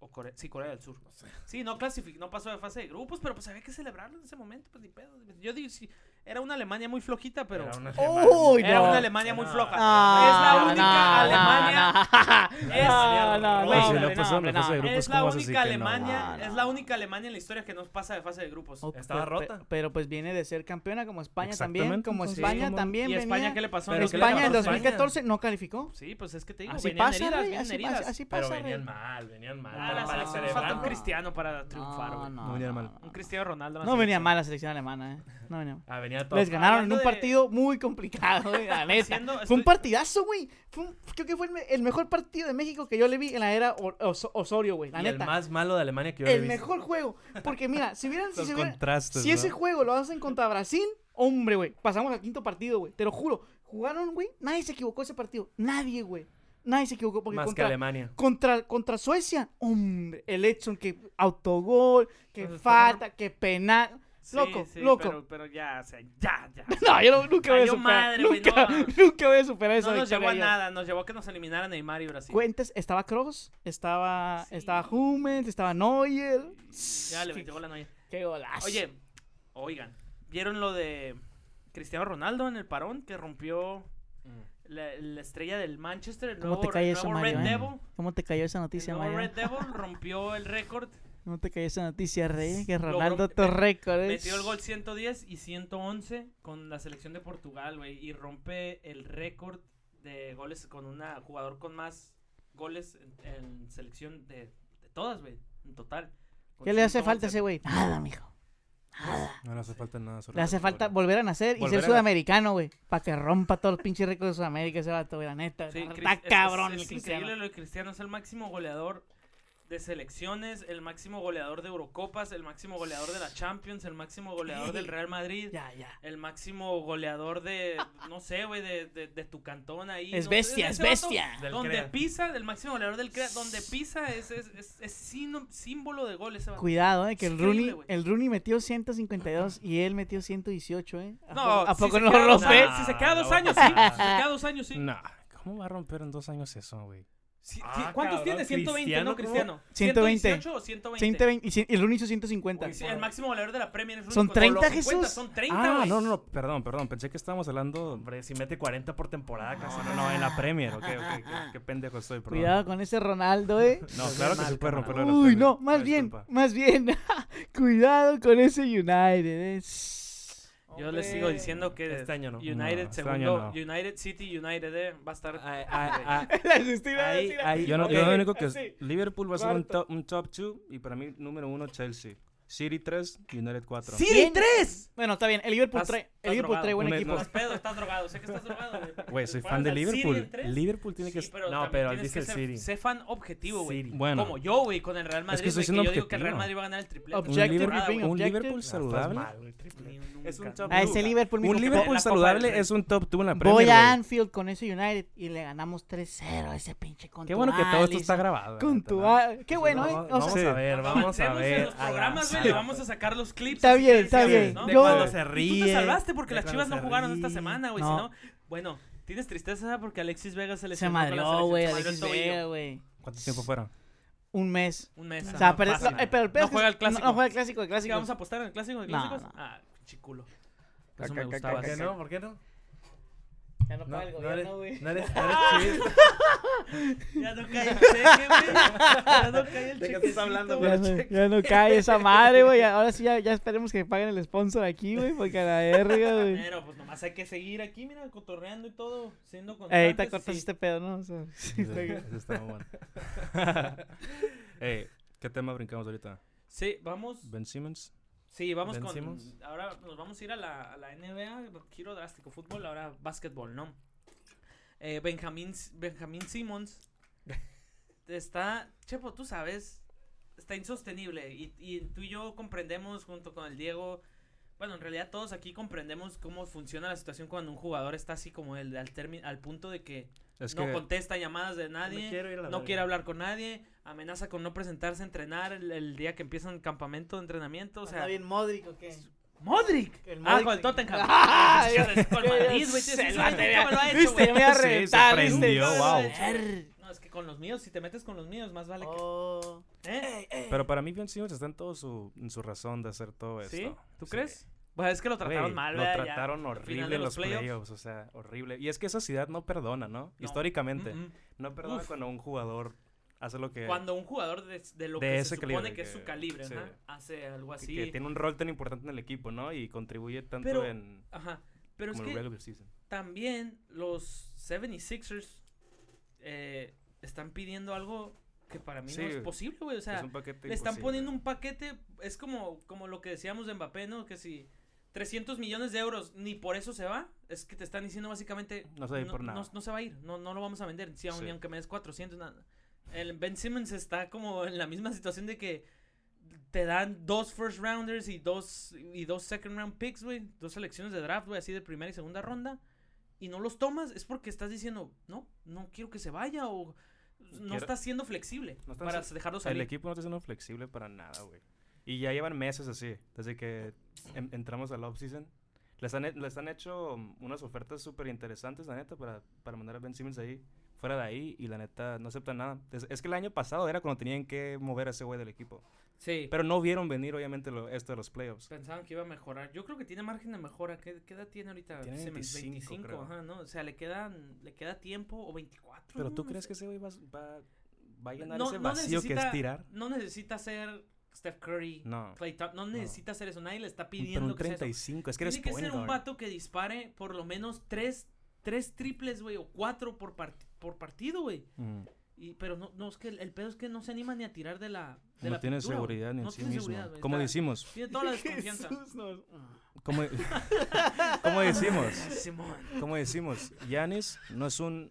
O Corea, sí, Corea del Sur. Sí, no clasificó, no pasó de fase de grupos, pero pues había que celebrarlo en ese momento, pues ni pedo. Yo digo, sí, era una Alemania muy flojita, pero Era una ¡Uy, era no! una Alemania muy No. floja. Ah, es la única no, Alemania no, [laughs] Es- no, no, Güey, no, si no hombre, pasó, no, hombre, pues, no eh, pasó de no. Es grupo. Grupos, la ¿cómo vas única a decir que no? Alemania, No, no. es la única Alemania en la historia que no pasa de fase de grupos. Ok, Estaba pe- rota. pe- Pero pues viene de ser campeona como España también, Exactamente, como entonces, España ¿cómo? también ¿Y venía. España qué le pasó? Pero ¿No? ¿qué le España en pasó a España? 2014 no calificó. Sí, pues es que te digo, Así venían pasa, heridas, güey, venían así, heridas. así, así Pero pasa, güey. venían mal, venían mal. Ah, la para para selección nos falta celebrar. un cristiano para triunfar, güey. No venían mal. Un Cristiano Ronaldo. en la No venía selección. mal la selección alemana, ¿eh? No venía mal. Ah, venía todo. Les ganaron en hablando un de- partido muy complicado, güey, [laughs] la neta. Haciendo- Fue estoy- un partidazo, güey. Fue un- Creo que fue el, me- el mejor partido de México que yo le vi en la era O- Oso- Osorio, güey. La y el neta. más malo de Alemania que yo le he El visto. mejor juego. Porque mira, si hubieran. si Los se hubieran- contrastes, si ¿no? ese juego lo hacen contra Brasil, hombre, güey. Pasamos al quinto partido, güey. Te lo juro. Jugaron, güey. Nadie se equivocó ese partido. Nadie, güey. Nadie se equivocó. Porque Más que contra, Alemania. contra, contra Suecia, hombre. El Edson que autogol, que Entonces, falta, que penal. Sí, loco, sí, loco. Pero, pero ya, o sea, ya, ya. No, yo no- nunca voy a Valió superar. madre, güey, nunca, no. nunca voy a superar [laughs] eso. No nos llevó a nada, nos llevó a que nos eliminaran Neymar y Brasil. Cuentes, estaba Cross, estaba, Sí. estaba Hummels, estaba Neuer. Ya le Qué- metió gol a Neuer. Qué golazo. Oye, oigan, ¿vieron lo de Cristiano Ronaldo en el parón que rompió la, la estrella del Manchester, el Mm. ¿Cómo nuevo, te cae el eso, nuevo Mario? Red eh? Devil? ¿Cómo te cayó esa El noticia, nuevo Mario? Red Devil [laughs] rompió el récord, ¿Cómo te cayó esa noticia, Rey? Que Lo Ronaldo rompe- tus me- récords. metió el gol 110 y 111 con la selección de Portugal, güey, y rompe el récord de goles con un jugador con más goles en, en selección de, de todas, güey, en total. Con ¿Qué le hace 111. falta a ese güey? Nada, mijo. No le hace falta nada. solo Le hace la falta gloria. volver a nacer y Volver a ser nacer. sudamericano, güey. Para que rompa todos los pinches récords de Sudamérica ese vato, güey, la neta. Sí, Cris- está es- es- cabrón es el Cristiano. increíble lo de Cristiano, es el máximo goleador de selecciones, el máximo goleador de Eurocopas, el máximo goleador de la Champions, el máximo goleador del Real Madrid, Ya, ya. el máximo goleador de, no sé, güey, de, de- de tu cantón ahí. Es no sé, bestia, es ese vato, bestia. Del Donde CREA. pisa, el máximo goleador del CREA, donde pisa es, es, es- es sino- símbolo de gol ese vato. Cuidado, eh, que el Es increíble, Rooney, güey. el Rooney metió 152 y él metió 118, eh. ¿A No, poco- ¿a si poco se no queda lo dos- rompe? Si se queda dos años, sí. Si se queda dos años, sí. Nah, ¿cómo va a romper en dos años eso, güey? Sí, Ah, sí, ¿Cuántos cabrón, tiene? 120, ¿no, Cristiano? Cristiano, 120. 118 o 120? 120 y, cien- y el Rooney hizo 150. Uy, sí, el máximo goleador de la Premier es Rooney Son con- 30, o los 50, Jesús. Son 30, Ah, güey. no, no, no, perdón, perdón. Pensé que estábamos hablando. Hombre, si mete 40 por temporada casi. No, no, no, en la Premier. Ok, ok, qué, qué pendejo estoy, perdón. Cuidado con ese Ronaldo, eh. No, claro que Mal, se puede romper lo de la Uy, Premier. no, más Una bien, disculpa. más bien. [laughs] Cuidado con ese United. eh. Yo les sigo diciendo que Este Ah, año no. United, No, este segundo, año United City, United eh, va a estar. Ay, ay, ay. [laughs] La Justina va a Ahí- decir, ahí- Yo no, Ok, [laughs] yo lo único que así. Liverpool va a ser un Cuarto. top, un top two y para mí número uno Chelsea. City 3, United 4. ¡City ¿Quién? 3! Bueno, está bien. El Liverpool Estás- trae, el estás Liverpool trae buen drogado. equipo. No. Estás pedo, estás drogado. Sé que estás drogado, güey. porque Güey, te soy paras fan de al City Liverpool. en tres. Liverpool tiene Sí, que pero No, también pero él tienes dice que el ser- City. Sé fan objetivo, güey. City. Bueno, Como yo, güey, con el Real Madrid. que estoy güey, siendo yo digo que el Real objetivo. Madrid va a ganar el triplete. un, Objective, Liverpool, Ah, temporada, güey. un Objective. Liverpool saludable. Ni nunca. Es un top A ese Blue. Liverpool, mijo, un que Liverpool la Copa del saludable Rey. es un top 2 en la Premier. Voy güey. a Anfield con ese United y le ganamos 3-0 a ese pinche con Qué tu bueno que todo esto Alisson, está grabado. la Con neta, tu... ¿no? A- Qué bueno, ¿eh? Vamos, O sea, sí. a ver, vamos a Avancemos en ver. los programas, güey, le vamos a sacar los clips. Está así bien, que está dices, bien. ¿no? De Yo- cuando se Y ríe. tú te salvaste porque de las cuando chivas no se jugaron ríe. esta semana, güey. No. Si no, bueno, tienes tristeza porque Alexis Vega se se lesionó con la madrió, selección, güey. se madrió Alexis el tobillo. Vega, güey. ¿Cuánto tiempo fuera? Un mes. Un mes. O ajá, sea, pero, fácil. no, eh, pero el pedo No es que juega el no- clásico. No, juega el clásico, el ¿Qué, clásico. vamos a apostar en el clásico de No, clásicos? no. Ah, chiculo. ¿Por Eso qué me gustaba. así. no? ¿Por qué no? Ya no No, paga el no eres, gobierno, güey. [laughs] no eres, no Ah, eres chivista. Ya no cae el cheque, güey. Ya no cae el ¿De qué cheque. estás hablando, güey? Ya no, ya no cae esa [laughs] madre, güey. Ahora sí, ya, ya esperemos que paguen el sponsor aquí, güey, porque a la [laughs] verga, güey. Pero pues nomás hay que seguir aquí, mira, cotorreando y todo, siendo constantes. Ey, te cortas pues, sí. este pedo, ¿no? O sea, [laughs] [laughs] sí, güey. Eso está muy bueno. [laughs] Ey, ¿qué tema brincamos ahorita? Sí, vamos. ¿Ben Simmons? Sí, vamos con. Vencimos. Ahora nos vamos a ir a la, a la NBA, giro drástico, fútbol, ahora básquetbol, ¿no? Eh, Benjamín, Benjamín Simmons [laughs] está. Chepo, tú sabes, está insostenible. Y, y tú y yo comprendemos, junto con el Diego. Bueno, en realidad todos aquí comprendemos cómo funciona la situación cuando un jugador está así como el al, termi- al punto de que Es no que contesta llamadas de nadie, Me quiero ir a la no verga. quiere hablar con nadie, amenaza con no presentarse a entrenar el, el día que empiezan el campamento de entrenamiento, o sea, bien Modric o qué? Modric. El Ah, Modric. con el Tottenham. [laughs] Ah, Sí, sí, sí, con el Dios, Madrid, güey, se sí, sí, la sí, nunca debía- me lo ha hecho, Viste, güey. me iba a Sí, se reventar, viste. prendió, No, wow. no, no. No, es que con los míos, si te metes con los míos, más vale Oh. que. ¿Eh? Pero para mí Ben Simmons está en, todo su, en su razón de hacer todo esto. ¿Sí? ¿Tú crees? Pues es que lo trataron Güey, mal, Lo ¿verdad? Ya, trataron al final horrible de en los playoffs. playoffs. o sea, horrible. Y es que esa ciudad no perdona, ¿no? Históricamente. Mm, mm. No perdona Uf. cuando un jugador hace lo que... Cuando un jugador de, de lo De que ese se supone calibre, que es que- su calibre, sí. ajá, hace algo que- así. Que tiene un rol tan importante en el equipo, ¿no? Y contribuye tanto Pero- en... Ajá. Pero es como en que regular season. también los 76ers eh, están pidiendo algo que para mí Sí, no es güey. posible, güey. O sea, es un paquete Le están imposible. poniendo un paquete, es como, como lo que decíamos de Mbappé, ¿no? Que si 300 millones de euros ni por eso se va, es que te están diciendo básicamente... No se va a ir por nada. No, no se va a ir, no, no lo vamos a vender, si aun, Sí. ni aunque me des 400, nada. El Ben Simmons está como en la misma situación de que te dan dos first rounders y dos, y dos second round picks, güey. Dos selecciones de draft, güey, así de primera y segunda ronda. Y no los tomas, es porque estás diciendo, no, no quiero que se vaya o... No Quiero- estás siendo flexible No están para si- dejarlos El salir. equipo no está siendo flexible para nada, güey. Y ya llevan meses así, desde que em- entramos al off-season. Les han, he- les han hecho mm, unas ofertas súper interesantes, la neta, para, para mandar a Ben Simmons ahí, fuera de ahí, y la neta no aceptan nada. Es, es que el año pasado era cuando tenían que mover a ese güey del equipo. Sí. Pero no vieron venir, obviamente, lo- esto de los playoffs. Pensaban que iba a mejorar. Yo creo que tiene margen de mejora. ¿Qué, qué edad tiene ahorita? Tiene Se me- 25, creo. ajá, ¿no? O sea, le quedan le queda tiempo o 24. Pero ¿no? tú No crees sé. que ese güey va, va, va a llenar No- ese no vacío que necesita- es tirar. No necesita ser Steph Curry. No. Clay Thom- no necesita hacer eso. Nadie le está Pero pidiendo un que sea eso. 35, es que eres tiene que point ser un guard. vato que dispare por lo menos tres, tres triples, güey, o cuatro por, parti- por partido, güey. Mm. Y, pero no, no, es que el, el pedo es que no se anima ni a tirar de la. De No la tiene pintura, güey. seguridad ni en No sí tiene mismo. seguridad, güey. Como Está- decimos, Tiene [laughs] toda la desconfianza. [laughs] Jesús, no. Ah. como, como decimos, Simón. como decimos, Yanis no es un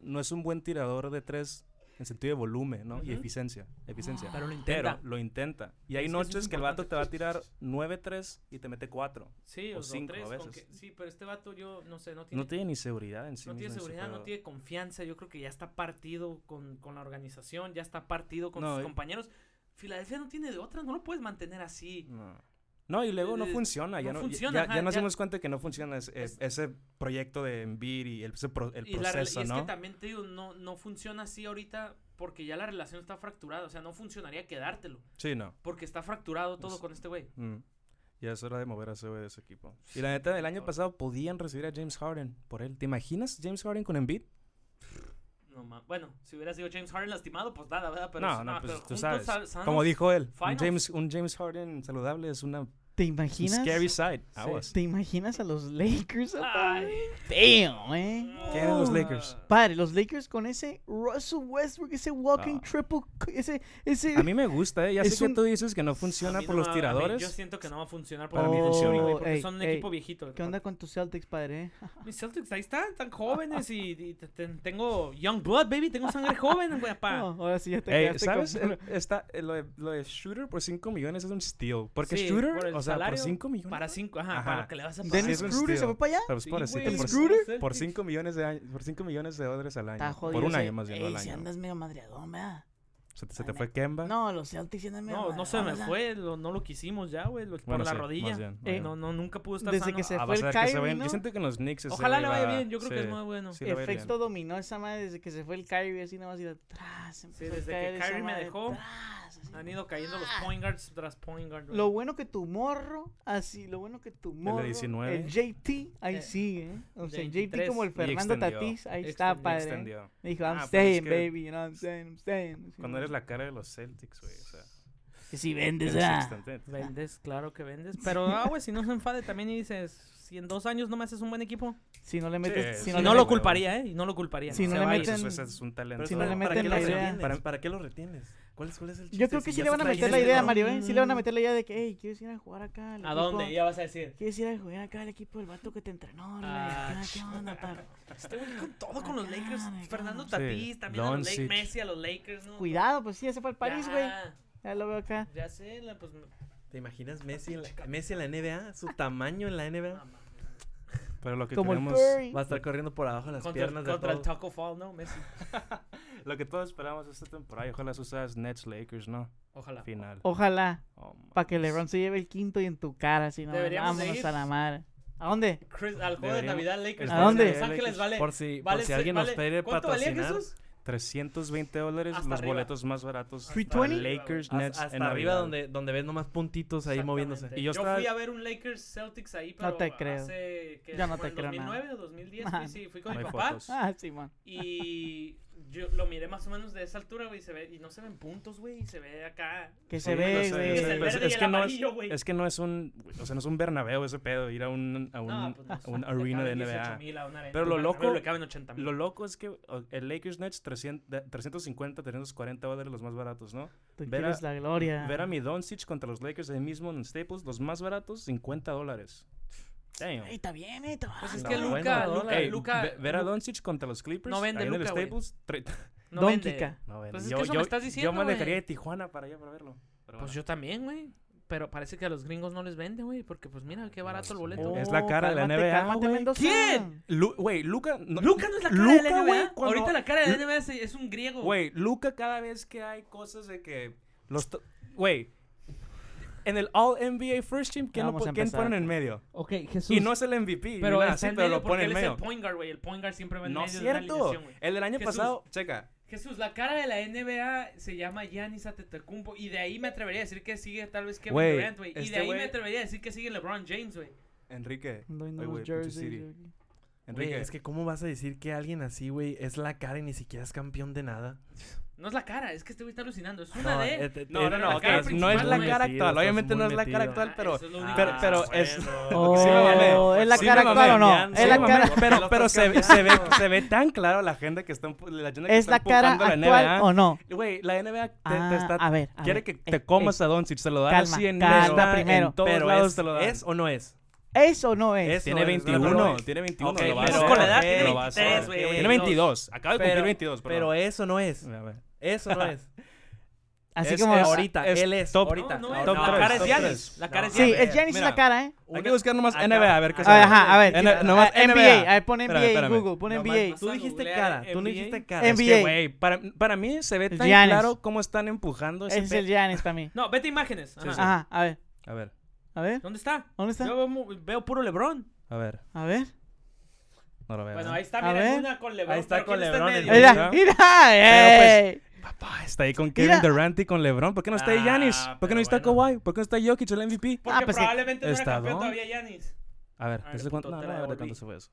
no es un buen tirador de tres en sentido de volumen, ¿no? Y Ujú. Ah, eficiencia, eficiencia. Pero lo intenta. Pero lo intenta. Y Es hay que eso es noches que el vato importante. te va a tirar 9-3 y te mete 4. Sí, o o, cinco, cinco a veces. veces. sí, pero este vato yo no sé, no tiene, No tiene ni seguridad en sí no tiene mismo en su seguridad, no juego. tiene confianza. Yo creo que ya está partido con, con la organización, ya está partido con No, sus y- compañeros. Filadelfia no tiene de otra, no lo puedes mantener así. No. No, y luego no Eh, funciona. no Ya, no, funciona, ya, ajá, ya nos ya- dimos cuenta que no funciona ese, Es- ese proyecto de Envir y el, ese pro- el y, la, rela- proceso, y es ¿no? que también te digo, no, no funciona así ahorita porque ya la relación está fracturada. O sea, no funcionaría quedártelo Sí, no. porque está fracturado todo Es- con este güey. Mm. Ya es hora de mover a ese güey de ese equipo. Y la neta, el año pasado podían recibir a James Harden por él. ¿Te imaginas James Harden con Embiid? No, ma- bueno, si hubiera sido James Harden lastimado, pues nada, ¿verdad? Pero no, sí, no, pues pero tú juntos sabes. sa- sanos, Como dijo él, un finals. James, un James Harden saludable es una ¿Te The imaginas? Scary side. Sí. Aguas. ¿Te imaginas a los Lakers? Ay. Damn, eh. ¿Quién es los Lakers? Padre, los Lakers con ese Russell Westbrook, ese walking Ah. triple, c- ese, ese. A mí me gusta, ¿eh? Ya Es sé un- que tú dices que no A funciona mí por no los va- a mí- Yo tiradores. siento que no va a funcionar Para para mí mí funciona. güey, Oh, porque ey, son un ey. equipo viejito. ¿Qué onda con tus Celtics, padre? eh? Mis Celtics ahí están, tan jóvenes y, y te- te- tengo young blood, baby, tengo sangre joven, güey, pa. No, Ah, oh, ahora sí ya te Ey, quedaste ¿Sabes? con- Eh, [laughs] Está, eh, lo, de, lo de Shooter por 5 millones es un steal. Porque Sí, Shooter, por el o sea, salario, por 5 millones. Para cinco, ajá, Ajá. para lo que le vas a pagar. Oh. Dennis Sí, es un Schroeder se steal. fue para allá. Pues, Sí, pobrecito, güey, ¿El por, Scooter? por 5 millones de año- por 5 millones de dólares al año. Está jodido. por un ese- año más bien, no Ey, al si año. andas medio madreadón, ¿verdad? Se te, se te fue Kemba. No, los Celtics sí andan medio No, no se me madreadones, fue, ¿verdad? lo- no lo quisimos ya, güey, lo- por Bueno, la sí, más rodilla. bien, más Eh, bien. No, no, nunca pudo estar Desde sano. que se Ah, fue vas el a ver que se va Kyrie, bien. ¿no? Yo siento que en los Knicks ese Ojalá le güey vaya va- bien, yo creo que sí, es muy bueno. sí le va a ir bien. Efecto dominó esa madre desde que se fue el Kyrie, así nada más y atrás. empezó a desde que caer esa Kyrie me madre dejó, atrás, así. Han ido cayendo los point guards tras point guard. güey. Lo bueno que tu morro, así, lo bueno que tu morro. 19. el JT, ahí Eh, sigue, ¿eh? O sea, el JT 23. como Y el Fernando extendió, Tatís, ahí extendió, está, padre. ¿eh? Extendió. Me dijo, I'm Ah, pues es staying, que- baby, you know what I'm saying, I'm staying. Cuando eres la cara de los Celtics, güey. O [laughs] sea, Que si vendes, eres ah. extendente. Vendes, claro que vendes. Pero, ah, güey, si no se enfade también y dices, si en dos años no me haces un buen equipo. Si no le metes, Sí, sí, si Y no, no le lo metes- culparía, ¿eh? Y no lo culparía. Si Se no va le a ir. Eso es- meten- eso es un talento. Si no le ¿para meten qué la lo idea. retienes? Para- ¿Para qué lo retienes? ¿Cuál es, cuál es el chiste? Yo creo que Si sí ya le van a estás meter la diciendo, idea, ¿no? Mario, ¿eh? Sí le van a meter la idea de que, hey, ¿quieres ir a jugar acá? al ¿A equipo? dónde? Ya vas a decir. ¿Quieres ir a jugar acá al equipo del vato que te entrenó? la Ah, acá, ¿Qué onda, par? Este güey con todo con los Acá, Lakers. acá. Fernando Sí, Tatís, también a los Lake- Doncic. Messi, a los Lakers, ¿no? Cuidado, pues sí, ya se fue al París, Ya, güey. Ya lo veo acá. Ya sé, la- pues. no- ¿Te imaginas Messi en, la, Messi en la NBA? ¿Su tamaño en la NBA? Pero lo que Como el tenemos. Curry. Va a estar corriendo por abajo de las Contra, piernas de contra el todos. Taco Fall, ¿no? Messi. Lo que todos esperamos esta temporada. y Ojalá sucedas Nets Lakers, ¿no? Ojalá. Final. Ojalá. Oh, man. Para que LeBron se lleve el quinto y en tu cara, si no. Deberíamos Vámonos seguir. a la madre. ¿A dónde? Chris, al juego de Deberíamos- Navidad Lakers. ¿A contra dónde? Los Ángeles Lakers. vale. Por si, vale por si alguien nos vale- puede ¿Cuánto valía patrocinar. pues Jesús? 320 dólares, Hasta los arriba. boletos más baratos. Hasta para arriba, Lakers, Haz- Nets. en Hasta, arriba Navidad. donde, donde ves nomás puntitos ahí moviéndose. Exactamente. Y yo yo estaba- fui a ver un Lakers Celtics ahí, pero No te creo. hace que Yo no como te en creo nada. 2009 o 2010 Ajá. fui, sí, fui No con mi hay papá fotos. Ah, Simón. y yo lo miré más o menos de esa altura, güey, y se ve y no se ven puntos, güey, y se ve acá. que Sí, se yo ve, sé, yo Es el sé, pues, verde y es el que no es- amarillo, güey. Es que no es un, o sea, no es un Bernabéu ese pedo, ir a un, a un, No, pues no a sé, [laughs] un te arena de caben NBA. 18,000 a una arena. Pero lo Un loco- Bernabéu Le caben 80 Lo loco es que o- el Lakers Nets 300, de- 350, 340 dólares los más baratos, ¿no? Tú Ver quieres a- la gloria. Ver a mi Doncic contra los Lakers ahí mismo en Staples, los más baratos 50 dólares. Damn. Ey, está bien, eh, está Pues es barato. que No, Luca, bueno, Luca, Ey, Luca. ve- ver a Lu- Doncic contra los Clippers No vende ahí en el Luca, güey. Staples, tre- no Don vende. Kika. [laughs] no vende. Pues es yo, que eso me yo- estás diciendo, yo manejaría güey. de Tijuana para allá para verlo. Pero Pues bueno. yo también, güey. Pero parece que a los gringos no les vende, güey, porque pues mira qué barato el sí. boleto. Oh, Es la cara de la cálmate, NBA, cálmate, güey. Mendoza. ¿Quién? Lu- Güey, Luca no- Luca no es la cara de la Luca, NBA. güey, cuando- Ahorita la cara de la Lu- NBA es, es un griego. Güey, Luca cada vez que hay cosas de que los to- güey en el All NBA First Team ¿quién, lo Vamos po- a quién empezar. ponen en medio? Ok, Jesús. Y no es el MVP, pero pero, está en pero medio lo porque ponen en él es el medio. point guard, güey. El point guard siempre va en No es medio de una cierto. alineación, güey. El del año Jesús. pasado, checa. Jesús, la cara de la NBA se llama Giannis Antetokounmpo y de ahí me atrevería a decir que sigue tal vez Kevin Güey, Durant, güey. y este de ahí me güey- atrevería a decir que sigue LeBron James, güey. Enrique. Ando en Ay, los güey, pues pinche jerseys, Siri. yo aquí. Enrique. Güey, es que ¿cómo vas a decir que alguien así, güey, es la cara y ni siquiera es campeón de nada? No es la cara, es que este güey está alucinando. Es una de eh, eh, No, no, eh, no, la ok, cara no es principal, la güey. cara Metido, actual, estás obviamente muy no es la cara metido. actual, Ah, pero eso es lo único. pero, Ah, pero es Oh, Sí me mamé. ¿es la Sí cara me actual o no? mamé. ¿Es la Sí me mamé, cara, pero pero se ve- se ve se ve tan claro la agenda que está empu- la agenda que [laughs] ¿es está la cara empujando la NBA. actual o no? Güey, la NBA te, te Ah, está... a ver, a quiere ver, que eh, te comas eh, a Doncic. Se lo dan calma, así en calma medio, en primero. todos pero lados es, te lo dan. ¿es o no es? ¿Es o no es? Es- tiene no, 21, no es. tiene 21. Ok, lo va a pero- hacer, con la edad tiene lo va a hacer. 23, güey. Tiene 22. Acaba de cumplir Pero- 22, Pero eso no es. A ver. Eso no [laughs] es. Así es- como es- ahorita, es él es. top- ahorita. No, no es. Top la tres, cara es top Giannis. tres. La cara es No, Sí, Giannis. es Giannis en Mira. la cara, ¿eh? Hay que buscar nomás Acá- NBA, a ver qué acá- A ver, sale. ajá, a ver. N- ah, nomás NBA, NBA. a ver, pon Espérame, NBA en espérame. Google, pon No, NBA. más- Tú dijiste Googlea cara, tú no NBA. dijiste cara. Es que, güey, para, para mí se ve tan Giannis. claro cómo están empujando ese Es el pe- Giannis para mí. No, vete a imágenes. Ajá. sí. Ajá, a ver, A ver, a ver, ¿Dónde está? ¿dónde está? Yo veo, mu- veo puro LeBron. a ver. A ver. No lo veo. Bueno, ahí está, A mira, ver. una con LeBron. Ahí está pero con ¿quién LeBron en en medio? Mira, mira, Pero, pues, ey. [laughs] Papá, está ahí con Kevin Mira. Durant y con LeBron. ¿Por qué no está ahí Ah, Giannis? ¿Por qué pero no está bueno. Kawhi? ¿Por qué no está Jokic, el MVP? Porque Ah, pues, probablemente no era ¿está campeón Don? todavía Giannis. A ver, A ver, ¿desde cuánto? puto, No, te no, la a ver, ¿de devolví. cuánto se fue eso?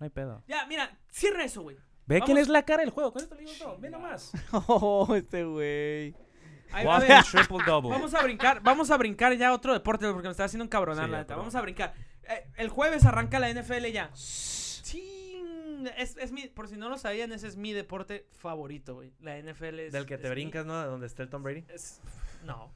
No hay pedo. Ya, mira, cierra eso, güey. Ve quién Vamos. es la cara del juego. Con esto le digo todo. Ve nomás. Oh, este güey. Ahí va, a Waffle ver, triple double. vamos a brincar, vamos a brincar ya a otro deporte porque me está haciendo un cabronal, Sí, la ya, neta. perdón. Vamos a brincar. Eh, el jueves arranca la NFL ya. Ching. Es, es mi, por si no lo sabían, ese es mi deporte favorito, güey. La NFL es. Del que te es mi- brincas, ¿no? De donde esté el Tom Brady. es- no.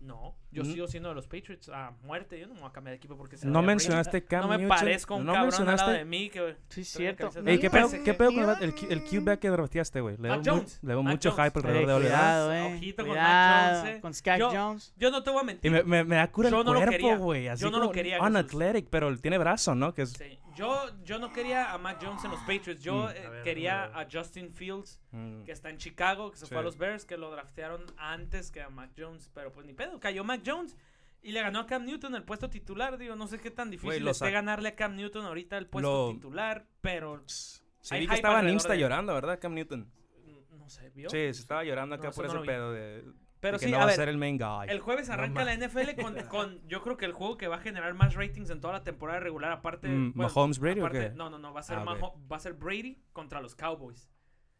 No, yo Mm. sigo siendo de los Patriots a muerte. Yo no me voy a cambiar de equipo porque se No vaya mencionaste Brady. Cam No me Newton. parezco a un No cabrón al lado mencionaste- de mí que Sí, es Trae la cierto. camisa Ey, ¿qué pedo, Mira, qué pedo con el, Mira. el, Q- el Q-back que drafteaste, güey? Le Mac veo, mu- Jones. le veo Mac mucho Jones. hype Eh, alrededor de Ole Miss. cuidado, eh. Ah, Ojito con Mac cuidado Jones, eh. con Sky Yo- Jones. yo no te voy a mentir. Y me, me, me da cura Yo el no lo quería. cuerpo, güey. así Yo no lo como quería, Jesús. Unathletic, pero él tiene brazo, ¿no? Que es... Sí. Yo, yo no quería a Mac Jones en los Patriots. Yo Mm. eh, A ver, quería a a Justin Fields, Mm. que está en Chicago, que se Sí. fue a los Bears, que lo draftearon antes que a Mac Jones. Pero pues ni pedo, cayó Mac Jones y le ganó a Cam Newton el puesto titular. Digo, no sé qué tan Güey, difícil lo esté sac- ganarle a Cam Newton ahorita el puesto Lo- titular, pero Sí, Hay vi hype que estaba en alrededor Insta de- llorando, ¿verdad, Cam Newton? mm, no sé, ¿vio? Sí, se estaba llorando acá No, eso por no ese lo vi. pedo de, pero de que sí, no a va a ver, ser el main guy. El jueves arranca la NFL [laughs] con, con, yo creo que el juego que va a generar más ratings en toda la temporada regular, aparte... Mm, ¿Mahomes, Brady o aparte- qué? No, no, no, va a, ser Ah, ok. Maho- va a ser Brady contra los Cowboys.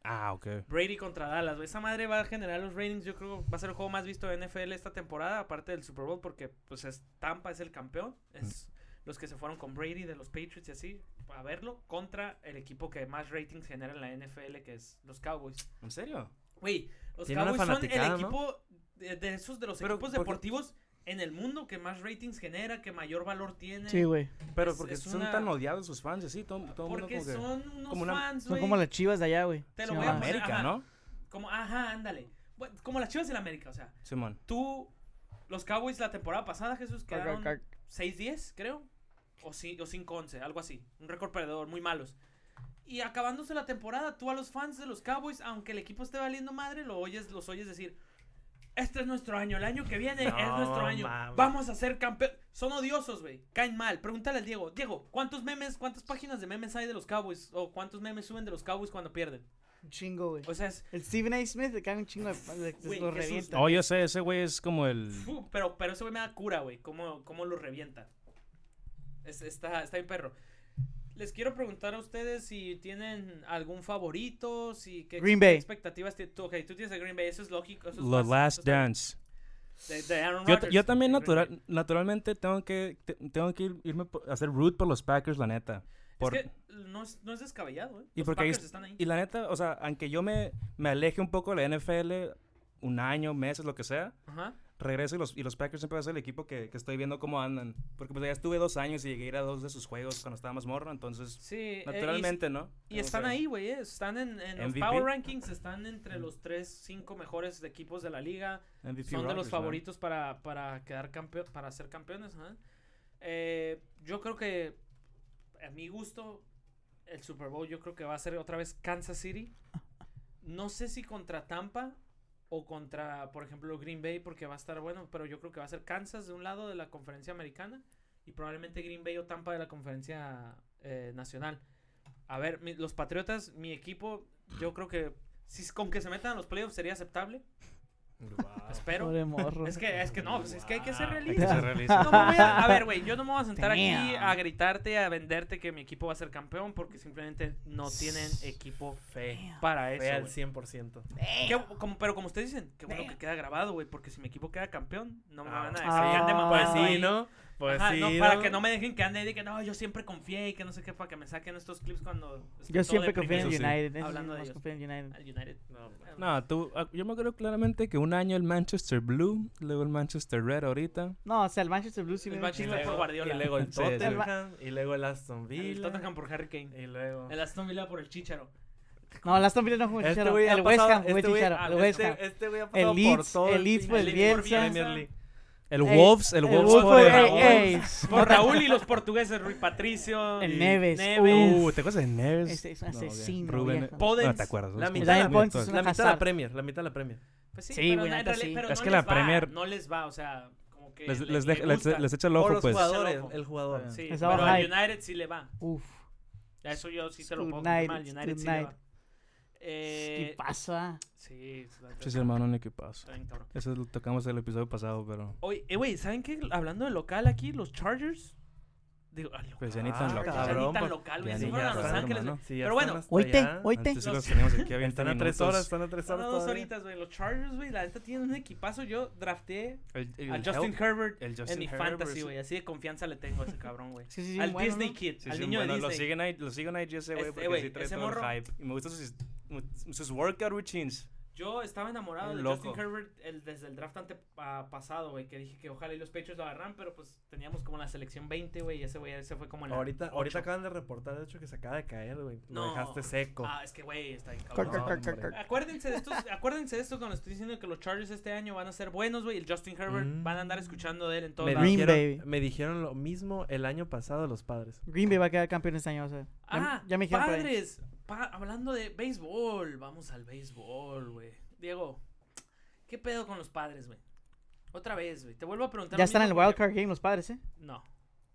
Ah, ok. Brady contra Dallas, güey. Esa madre va a generar los ratings, yo creo, va a ser el juego más visto de NFL esta temporada, aparte del Super Bowl, porque pues es Tampa es el campeón, es Mm. los que se fueron con Brady de los Patriots y así, a verlo, contra el equipo que más ratings genera en la NFL, que es los Cowboys. ¿En serio? Güey, los Tiene una Cowboys son el fanaticada, ¿no? equipo de, de esos de los Pero, equipos ¿por qué? deportivos en el mundo que más ratings genera, que mayor valor tiene. Sí, güey. Pero Es- porque es son una- tan odiados sus fans, así, todo, todo el mundo Porque como que... son unos como una- fans, Son güey. como las chivas de allá, güey. Te lo Sí, voy a mamá. poner- América, ajá. ¿no? Como, ajá, ándale. Bueno, Como las chivas en América, o sea, Simón. tú, los Cowboys la temporada pasada, Jesús, quedaron 6-10, creo. O, sí, o 5-11, algo así. Un récord perdedor, muy malos. Y acabándose la temporada, tú a los fans de los Cowboys, aunque el equipo esté valiendo madre, lo oyes, los oyes decir, este es nuestro año, el año que viene es No nuestro año. mames. Vamos a ser campeón. Son odiosos, güey. Caen mal. Pregúntale al Diego. Diego, ¿cuántos memes, cuántas páginas de memes hay de los Cowboys? ¿O cuántos memes suben de los Cowboys cuando pierden? Un chingo, güey. O sea, es... El Steven A. Smith le cae un chingo de. de- de- Pues, Güey, lo Jesús, revienta. Oh, yo sé, ese güey es como el... Fu, pero, pero eso me da cura, güey. Cómo, cómo lo revientan. Es- está, está bien perro. Les quiero preguntar a ustedes si tienen algún favorito, si qué, Green qué Bay. expectativas tienes tú. Ok, tú tienes a Green Bay, eso es lógico. Eso es The fácil, Last eso está bien. Dance. De, de Aaron Yo, Rodgers. yo también De Green natural, Bay. naturalmente tengo que, te- tengo que ir- irme por- a hacer root por los Packers, la neta. Por- Es que no es, no es descabellado, ¿eh? Y Los porque ahí Packers es- están ahí. Y la neta, o sea, aunque yo me, me aleje un poco de la NFL, un año, meses, lo que sea, Ajá. regreso y los, y los Packers siempre va a ser el equipo que, que estoy viendo cómo andan. Porque pues ya estuve dos años y llegué a ir a dos de sus juegos cuando estaba más morro, entonces, Sí. eh, y- naturalmente, ¿no? y, están ahí, güey. eh, Están en, en los MVP. Power Rankings, están entre los tres, cinco mejores equipos de la liga. son de los favoritos para, para quedar campeón, para ser campeones, ajá. Eh, yo creo que a mi gusto el Super Bowl yo creo que va a ser otra vez Kansas City. No sé si contra Tampa o contra, por ejemplo, Green Bay porque va a estar bueno, pero yo creo que va a ser Kansas de un lado de la conferencia americana y probablemente Green Bay o Tampa de la conferencia eh, nacional. A ver, mi- los Patriotas, mi equipo, yo creo que si es- con que se metan a los playoffs sería aceptable, espero. Pobre morro. Es que, es que no, pues es que hay que ser realista. [laughs] realistas. No me voy a, a ver, güey, yo no me voy a sentar aquí Damn. a gritarte, a venderte que mi equipo va a ser campeón porque simplemente no tienen equipo Fe. para Fe eso. al güey. 100%. Qué- como- pero como ustedes dicen, qué bueno Damn. que queda grabado, güey, porque si mi equipo queda campeón, no me Ah, van a sí. decir, "Ya te Ah, mamaste Pues ahí". sí, ¿no? Pues Ajá, sí. no, para que no me dejen que ande y diga, no, yo siempre confié y que no sé qué, para que me saquen estos clips cuando... Yo estoy todo siempre confío deprimido. en Eso sí. United. eso Hablando sí, de más ellos. confío en United. Al United. No, man. No, tú, ah, yo me acuerdo claramente que un año el Manchester Blue, luego el Manchester Red ahorita. No, o sea, el Manchester Blues sí El me Manchester Y Fue luego- Guardiola. Y luego el Sí, sí. Tottenham. Y luego el Aston El Villa. Tottenham por Harry Kane. Y luego. El Aston Villa por el Chicharo. No, el Aston Villa no jugó Este Chicharo. güey ha El West pasado- Ham, güey, este güey- Chicharo. ah, El West Ham. Este, este güey ha pasado El Leeds, por todo el Leeds fue el El Leeds por Bielsa. Bielsa. Premier League. El Ey, Wolves, el el Wolves Wolves por fue- Raúl. ey, ey. Por Raúl y los portugueses, Rui Patricio. El Neves. Neves. Uh, ¿te acuerdas de Neves? Ese es un No, bien. asesino, Rubén. eh, viejo. No, Podens. te acuerdas. La ¿no? mitad- Muy Podens actual. es La una mitad de la Hazard. Premier. La mitad de la Premier. Pues sí, Sí, pero, güey, na- en neta, reali- sí. pero Es no que la les va, Premier- No les va, o sea, como que. Les, le- les, le deja- les, gusta. les echa el o ojo, los pues. jugadores. Loco. El jugador. Sí, Les pero daba al hype. United sí le va. Uf. A eso yo sí se lo puedo United, confirmar. Al United sí le va. United. ¿Qué Eh, pasa? sí, es la- Sí, sí, hermano, ni qué pasa. está bien cabrón. Eso lo tocamos en el episodio pasado, pero. Oye, eh, güey, ¿saben qué? Hablando de local aquí, los Chargers Digo, ah, loco. Pues ya ni tan Ah, local. Ya cabrón, ni tan pues, local, güey. ya Si ni fueron a ya Los está, Ángeles, hermano. güey. Sí, ya Pero están bueno. hasta Oíste, allá. oíste. Antes sí los teníamos aquí a 20 Están a tres minutos. horas, están a tres Son horas. dos todavía. horitas, güey. Los Chargers, güey, la neta tienen un equipazo. Yo drafté El- el a Justin Herbert. Herbert el en Justin mi Herbert, fantasy, sí. güey. Así de confianza le tengo a ese cabrón, güey. Sí, sí, sí, al bueno, Disney ¿no? Kid, Sí, al sí, niño bueno, de lo Disney. siguen ahí, lo siguen ahí ese güey Este, porque güey, sí trae ese todo el morro- hype. Y me gustan sus, sus workout routines. Yo estaba enamorado Un de loco. Justin Herbert el- desde el draft ante, pa- pasado, güey. Que dije que ojalá y los Patriots lo agarran, pero pues teníamos como la selección 20, güey. Y ese güey ese fue como en la Ahorita, ocho. ahorita acaban de reportar, de hecho, que se acaba de caer, güey. Lo No. dejaste seco. Ah, es que, güey, está bien No, cabrón. Caca, caca, hombre. caca. Acuérdense de, estos, acuérdense de esto cuando estoy diciendo que los Chargers este año van a ser buenos, güey. y El Justin Herbert Mm. van a andar escuchando de él en todos Me Green lados. Bay. dijeron, me dijeron lo mismo el año pasado los padres. Green Bay va a quedar campeón este año, o sea. ya- Ah, ya, me dijeron por ahí. padres. pa- hablando de béisbol, vamos al béisbol, güey. Diego, ¿qué pedo con los padres, güey? Otra vez, güey. Te vuelvo a preguntar. Ya lo están en el mismo porque- wildcard game los padres, ¿eh? No,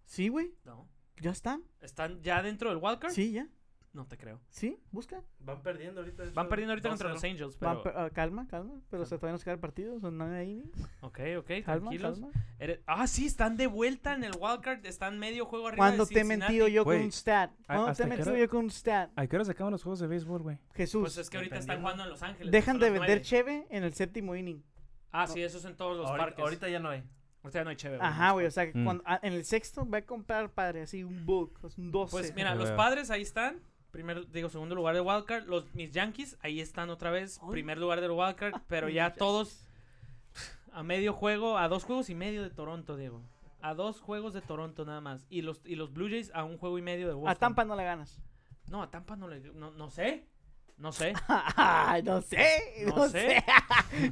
Sí, güey. no. Ya están. ¿Están ya dentro del wildcard? Sí, ya. No te creo. Sí, busca. Van perdiendo ahorita. Van perdiendo ahorita contra los Angels, Van pero... per- ah, calma, calma. Pero o sea, todavía nos queda el partido. Son nueve innings. Ok, ok, Calma, tranquilos. calma. Eres- Ah, sí, están de vuelta en el wildcard. Están medio juego arriba ¿Cuándo de te he Cincinnati. mentido yo con Güey, un stat? ¿Cuándo te hasta he que mentido era- yo con un stat? ¿A qué hora se acaban los juegos de béisbol, güey? Jesús. Pues es que ahorita están Dependiendo. jugando en Los Ángeles. pues dejan son de las vender nueve. cheve en el séptimo inning. Ah, sí, eso es en todos los ahorita, parques. ahorita ya no hay. Ahorita ya no hay chévere. Ajá, güey. O sea, que Mm. cuando, ah, en el sexto va a comprar padre así un book, un 12. Pues mira, Ya los veo. padres ahí están. Primer, digo, segundo lugar del wildcard. Los mis Yankees ahí están otra vez. Ay. Primer lugar del [laughs] wildcard. Pero ya todos a medio juego, a dos juegos y medio de Toronto, Diego. A dos juegos de Toronto nada más. Y los, y los Blue Jays a un juego y medio de Boston. a Tampa no le ganas. [laughs] No, a Tampa no le. No, no sé. No sé. Ay, no sé. No No, sé. sé. [laughs]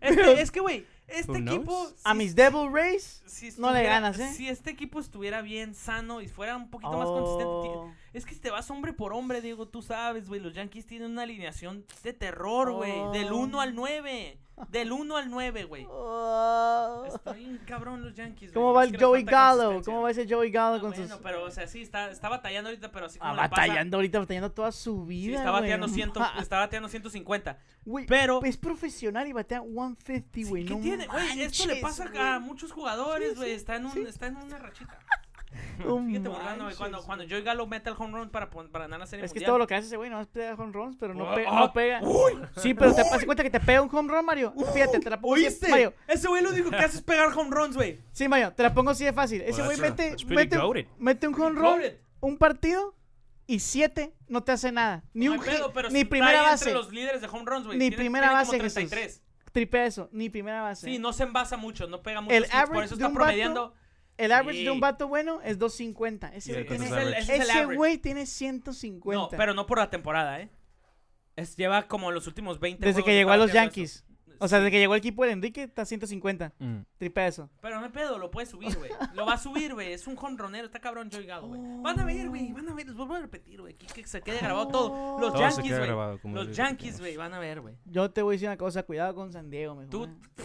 Este- es que, güey, este Who knows? equipo. A sí mis Devil Rays. si No le estuviera- ganas, ¿eh? Si este equipo estuviera bien sano y fuera un poquito más consistente. ti- Oh. Es que si te vas hombre por hombre, Diego, tú sabes, güey. Los Yankees tienen una alineación de terror, güey. Del Oh. 1 al 9. Del 1 al 9, güey. Oh. Está bien cabrón los Yankees, güey, ¿Cómo nomás va que el les Joey falta Gallo? consistencia. ¿Cómo va ese Joey Ah, Gallo con bueno, sus... pero, o sea, sí, está, está batallando ahorita, pero así como Ah, le pasa- batallando ahorita, batallando toda su Sí, vida. está bateando, güey. 100, Ah, está bateando 150. güey, Pero Es profesional y batea 150, güey. Sí, no ¿Qué tiene? Güey, esto le manches, pasa güey. a muchos jugadores, Sí, güey. sí, está, en un- sí. está en una rachita. No Fíjate burlando, güey. Cuando, manches, cuando Joey Gallo mete el home run para, pon- para ganar la serie Es que es mundial. todo Oh, lo que hace ese güey, nomás pega home runs, pero no Ah, pega. ah, no pega. [laughs] Sí, pero te das cuenta que te pega un home run, Mario. Fíjate, te la pongo así- Mario, Ese güey lo único que hace es pegar home runs, güey. sí, Mario, te la pongo así de fácil. Ese Well, güey that's- mete, that's pretty mete, goated. mete un home run, un partido y siete, no te hace nada. Ni un No hay hit, pedo, pero ni está primera ahí entre base. los líderes de home runs, güey. Ni Tiene- primera tiene base, como Jesús. 33. Tripea eso, ni primera base. Sí, no se envasa mucho, no pega mucho. El por average eso de está un promediando. El average Sí. de un vato bueno es 250. Y Ese el güey con Ese sus es tiene, el- average. ese es el ese average. güey tiene 150. No, pero no por la temporada, ¿eh? Es, lleva como los últimos 20 Desde juegos que llegó a está los bateando eso. Yankees. O sea, desde que llegó el equipo de Enrique está a 150. Mm. Tripea eso. Pero no hay pedo, lo puedes subir, güey. Lo va a subir, güey. Es un jonronero, está cabrón Joey Gallo, güey. Van a ver, güey, van a ver, les vuelvo a repetir, güey. Que, que se quede grabado todo. Los Todo se Yankees, güey. grabado. Los Yankees, güey, van a ver, güey. Yo te voy a decir una cosa, cuidado con San Diego, mejor. Tú, eh. tú-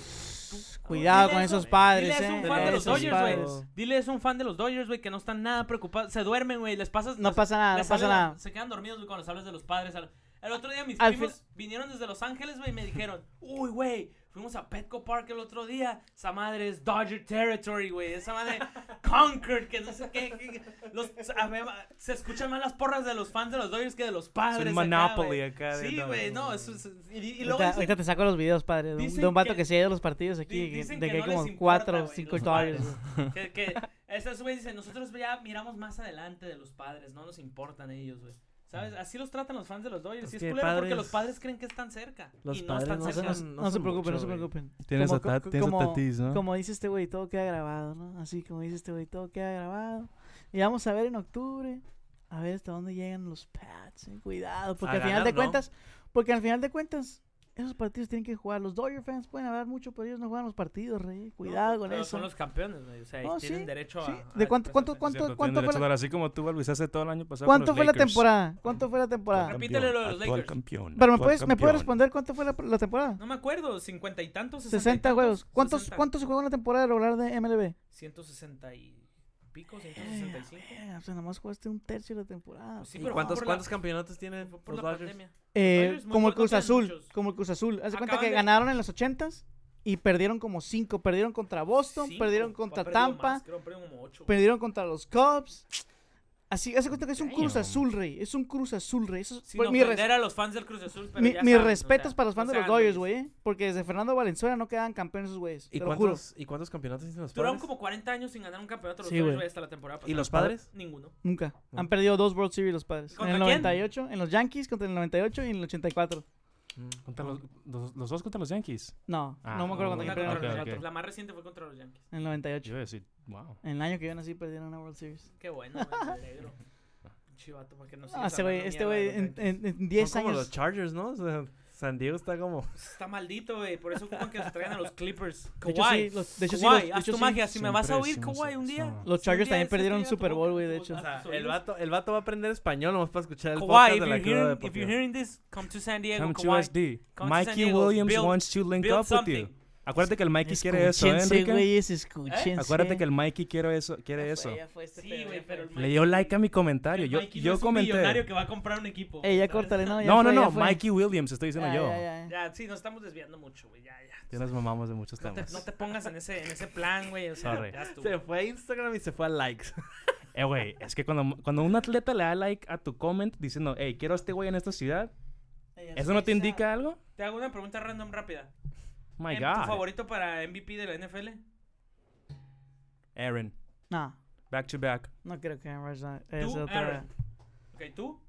Cuidado Ah, dile con eso, esos padres, Dile es eh. un fan de los esos Dodgers, güey. padres. Dile es un fan de los Dodgers, güey, que no están nada preocupados. Se duermen, güey, les pasas. No les- pasa nada, no les pasa hablas- nada. Se quedan dormidos, güey, cuando les hablas de los padres. Al- El otro día mis Al primos vinieron desde Los Ángeles, güey, y me dijeron, uy, güey, fuimos a Petco Park el otro día. Esa madre es Dodger Territory, güey. Esa madre [laughs] Concord, que no sé qué. que- que- los- a ver, se escuchan más las porras de los fans de los Dodgers que de los padres. acá, Monopoly güey. acá. de- Sí, güey, no. eso es- y, y luego Ahorita, dicen- ahorita te saco los videos, padre. de un- dicen De un vato que- que, se ha ido a los partidos Di- aquí. que- dicen de que que hay no les como importa, 4 o güey, 5 los Dodgers. padres. Que, que estos güeyes dicen, nosotros ya miramos más adelante de los padres, no nos importan ellos, güey. ¿Sabes? Así los tratan los fans de los Dodgers. Mm. Es Y es que culero porque padres- los padres creen que están cerca. Los y no padres están no cerca. son- [laughs] No se son preocupen, no mucho, se güey. preocupen. Tienes a Como- Tat- co- tienes a como- Tatis, ¿no? Como dice este güey, todo queda grabado, ¿no? Así como dice este güey, todo queda grabado. Y vamos a ver en octubre, a ver hasta dónde llegan los Pats, eh, cuidado, porque A al final ganar, de ¿no? cuentas, porque al final de cuentas, esos partidos tienen que jugar. Los Dodger fans pueden hablar mucho, pero ellos no juegan los partidos, rey. Cuidado con Pero eso. Son los campeones, güey. O sea, No, tienen sí, derecho sí. a... ¿De a cuánto- cuánto- expresarse. Cierto, cuánto tienen fue derecho la- a hablar Así como tú, Alvisaste todo el año pasado. con ¿Cuánto los fue la Lakers. temporada? ¿Cuánto fue la temporada? Campeón. Repítele lo de los Actual Lakers. campeón, Pero me actual puedes, me puedes campeón. responder cuánto fue la, la temporada? No me acuerdo, cincuenta y tantos, 60, sesenta y tantos, juegos. ¿Cuántos, 60, ¿Cuántos se jugó en la temporada regular de MLB? 160 y pico, Eh, 165. verga, o sea, nomás jugaste un tercio de la temporada. Pues Sí, ¿Y pero cuántos, por la- cuántos campeonatos tienen Fue por los la Dodgers? pandemia. Eh, Dodgers muy como el fuerte, Cruz tienen Azul, muchos. como el Cruz Azul. Haz de cuenta Acaban que de- ganaron en los 80s y perdieron como cinco. Perdieron contra Boston, Cinco. perdieron Ha contra perdido Tampa, Pues, más, creo que han perdido como ocho, güey. perdieron contra los Cubs. Así, hace cuenta que es un Cruz Damn. Azul, Rey. Es un Cruz Azul, Rey. Eso es- Sin pues, mi res- ofender a los fans del Cruz Azul, pero mi- ya mis saben, o respetos sea, para los fans no de los sean Dodgers, güeyes. güey. eh, Porque desde Fernando Valenzuela no quedaban campeones esos güeyes. ¿Y te lo juro. cuántos, ¿Y cuántos campeonatos hicieron los Duraron padres? como 40 años sin ganar un campeonato los Sí, Dodgers, güey. güey, hasta la temporada pasada. ¿Y los padres? Ninguno. Nunca. No. Han perdido dos World Series los padres. En ¿Contra el quién? 98, en los Yankees, contra el 98 y en el 84. Mm. Contra los, los, los dos contra los Yankees. No, Ah, no me acuerdo no, Una contra quién contra ok, perdieron. ok, los ok. Yankees. La más reciente fue contra los Yankees. En el Yo 98. iba a decir, wow. En el año que yo nací perdieron una World Series. Qué bueno, güey, me alegro. Chivato, para que no Ah, este güey, este güey, en, en- en Son 10 como los años. Chargers, ¿no? O sea, San Diego está como... Está maldito, güey. Por eso ocupan que nos traigan a los Clippers. De hecho, sí, Kawhi. los- de hecho, sí, los- Kawhi, de haz hecho, tu sí. magia. Si me vas a Siempre oír, decimos Kawhi, un día. eso. si Los un Chargers día también esto perdieron llega a tu Super boca, Bowl, güey, tú de vas hecho. a O sea, tus el oídos. vato, el vato va a aprender español nomás para escuchar el Kawhi, podcast if de la you're, cruda hearing, if deportiva. you're hearing this, come to San Diego, Come to Kawhi. USD. Come to San Mikey Diego. Williams Build- wants to link build up with you. something. Acuérdate que el Mikey quiere eso, ¿eh, Escúchense, Enrique? güeyes, escúchense. Acuérdate que el Mikey quiere eso. Quiere eso. Sí, güey, pero el Le Mikey- dio like a mi comentario. el Yo, Mikey no yo es un millonario comenté. que va a comprar un equipo. Eh, ya ¿sabes? córtale, no, ya No, no, fue, no. ya fue. Mikey Williams, estoy diciendo Ya, yo. ya, ya, ya. Ya, sí, nos estamos desviando mucho, güey. Ya, ya. Ya nos mamamos de muchos No te, temas. no te pongas en ese, en ese plan, güey. O sea, Sorry. ya estuvo. Se fue a Instagram y se fue a likes. Eh, güey, es que cuando, cuando un atleta le da like a tu comment diciendo, hey, quiero a este güey en esta ciudad, ¿eso no te indica algo? Te hago una pregunta random rápida. Oh My ¿Em- ¿Tu God. favorito para MVP de la NFL? Aaron, No, back to back. no creo que Aaron Rodgers no- es ¿Tú, otra- Aaron? Ok, ¿tú?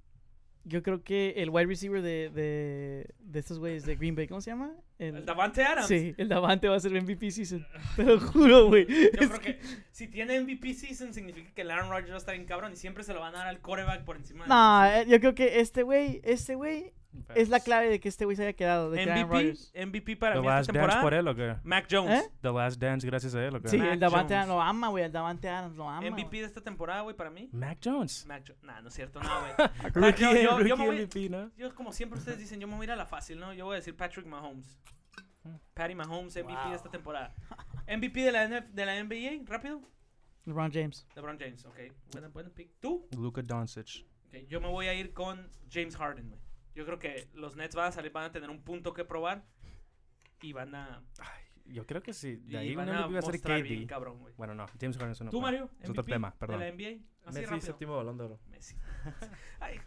Yo creo que el wide receiver de, de, de estos güeyes de Green Bay, ¿cómo se llama? ¿El Davante Adams? Sí, el Davante va a ser MVP season. [laughs] Te lo juro, güey. Yo [laughs] creo que si tiene MVP season significa que el Aaron Rodgers va a estar bien cabrón y siempre se lo van a dar al coreback por encima. de- No, eh, yo creo que este güey, este güey es la clave de que este güey se haya quedado. De que Aaron MVP, Rodgers. MVP para The mí esta Last Dance temporada. por él o qué? Mac Jones. ¿Eh? The Last Dance gracias a él o qué? Sí, Mac el Davante Jones. Adams lo ama, güey. El Davante Adams lo ama. MVP güey. de esta temporada, güey, para mí. Mac Jones. Mac Jones. Nah, no es cierto, no, güey. Rookie, yo- yo- yo rookie me voy- MVP, ¿no? Yo, como siempre ustedes dicen, yo me voy a ir a la fácil, ¿no? Yo voy a decir Patrick Mahomes. Patty Mahomes, MVP de esta temporada. MVP de la, NF de la NBA, rápido. LeBron James. LeBron James, ok. Buena, buena pick. ¿Tú? Luka Doncic. Ok, Yo me voy a ir con James Harden, güey. Yo creo que los Nets van a salir, van a tener un punto que probar. Y van a. Yo creo que sí. Y De ahí van uno a iba a ser mostrar bien, KD. cabrón, güey. Bueno, no. James Harden es uno. ¿Tú, Mario? Es otro MVP tema, perdón. De la NBA. Así Messi, rápido. séptimo balón de oro. Messi. [laughs] Ay,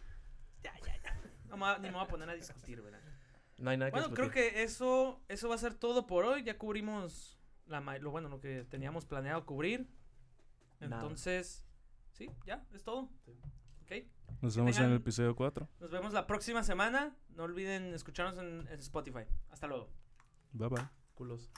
ya, ya, ya. No me va- ni me voy a poner a discutir, ¿verdad? No hay nada que Bueno, creo discutir. que eso, eso va a ser todo por hoy. Ya cubrimos la, ma- lo bueno, lo que teníamos planeado cubrir. Nada. Entonces, sí, ya, es todo. Ok. Nos que vemos en el tengan- episodio 4. Nos vemos la próxima semana. No olviden escucharnos en, en Spotify. Hasta luego. Bye bye. Culos.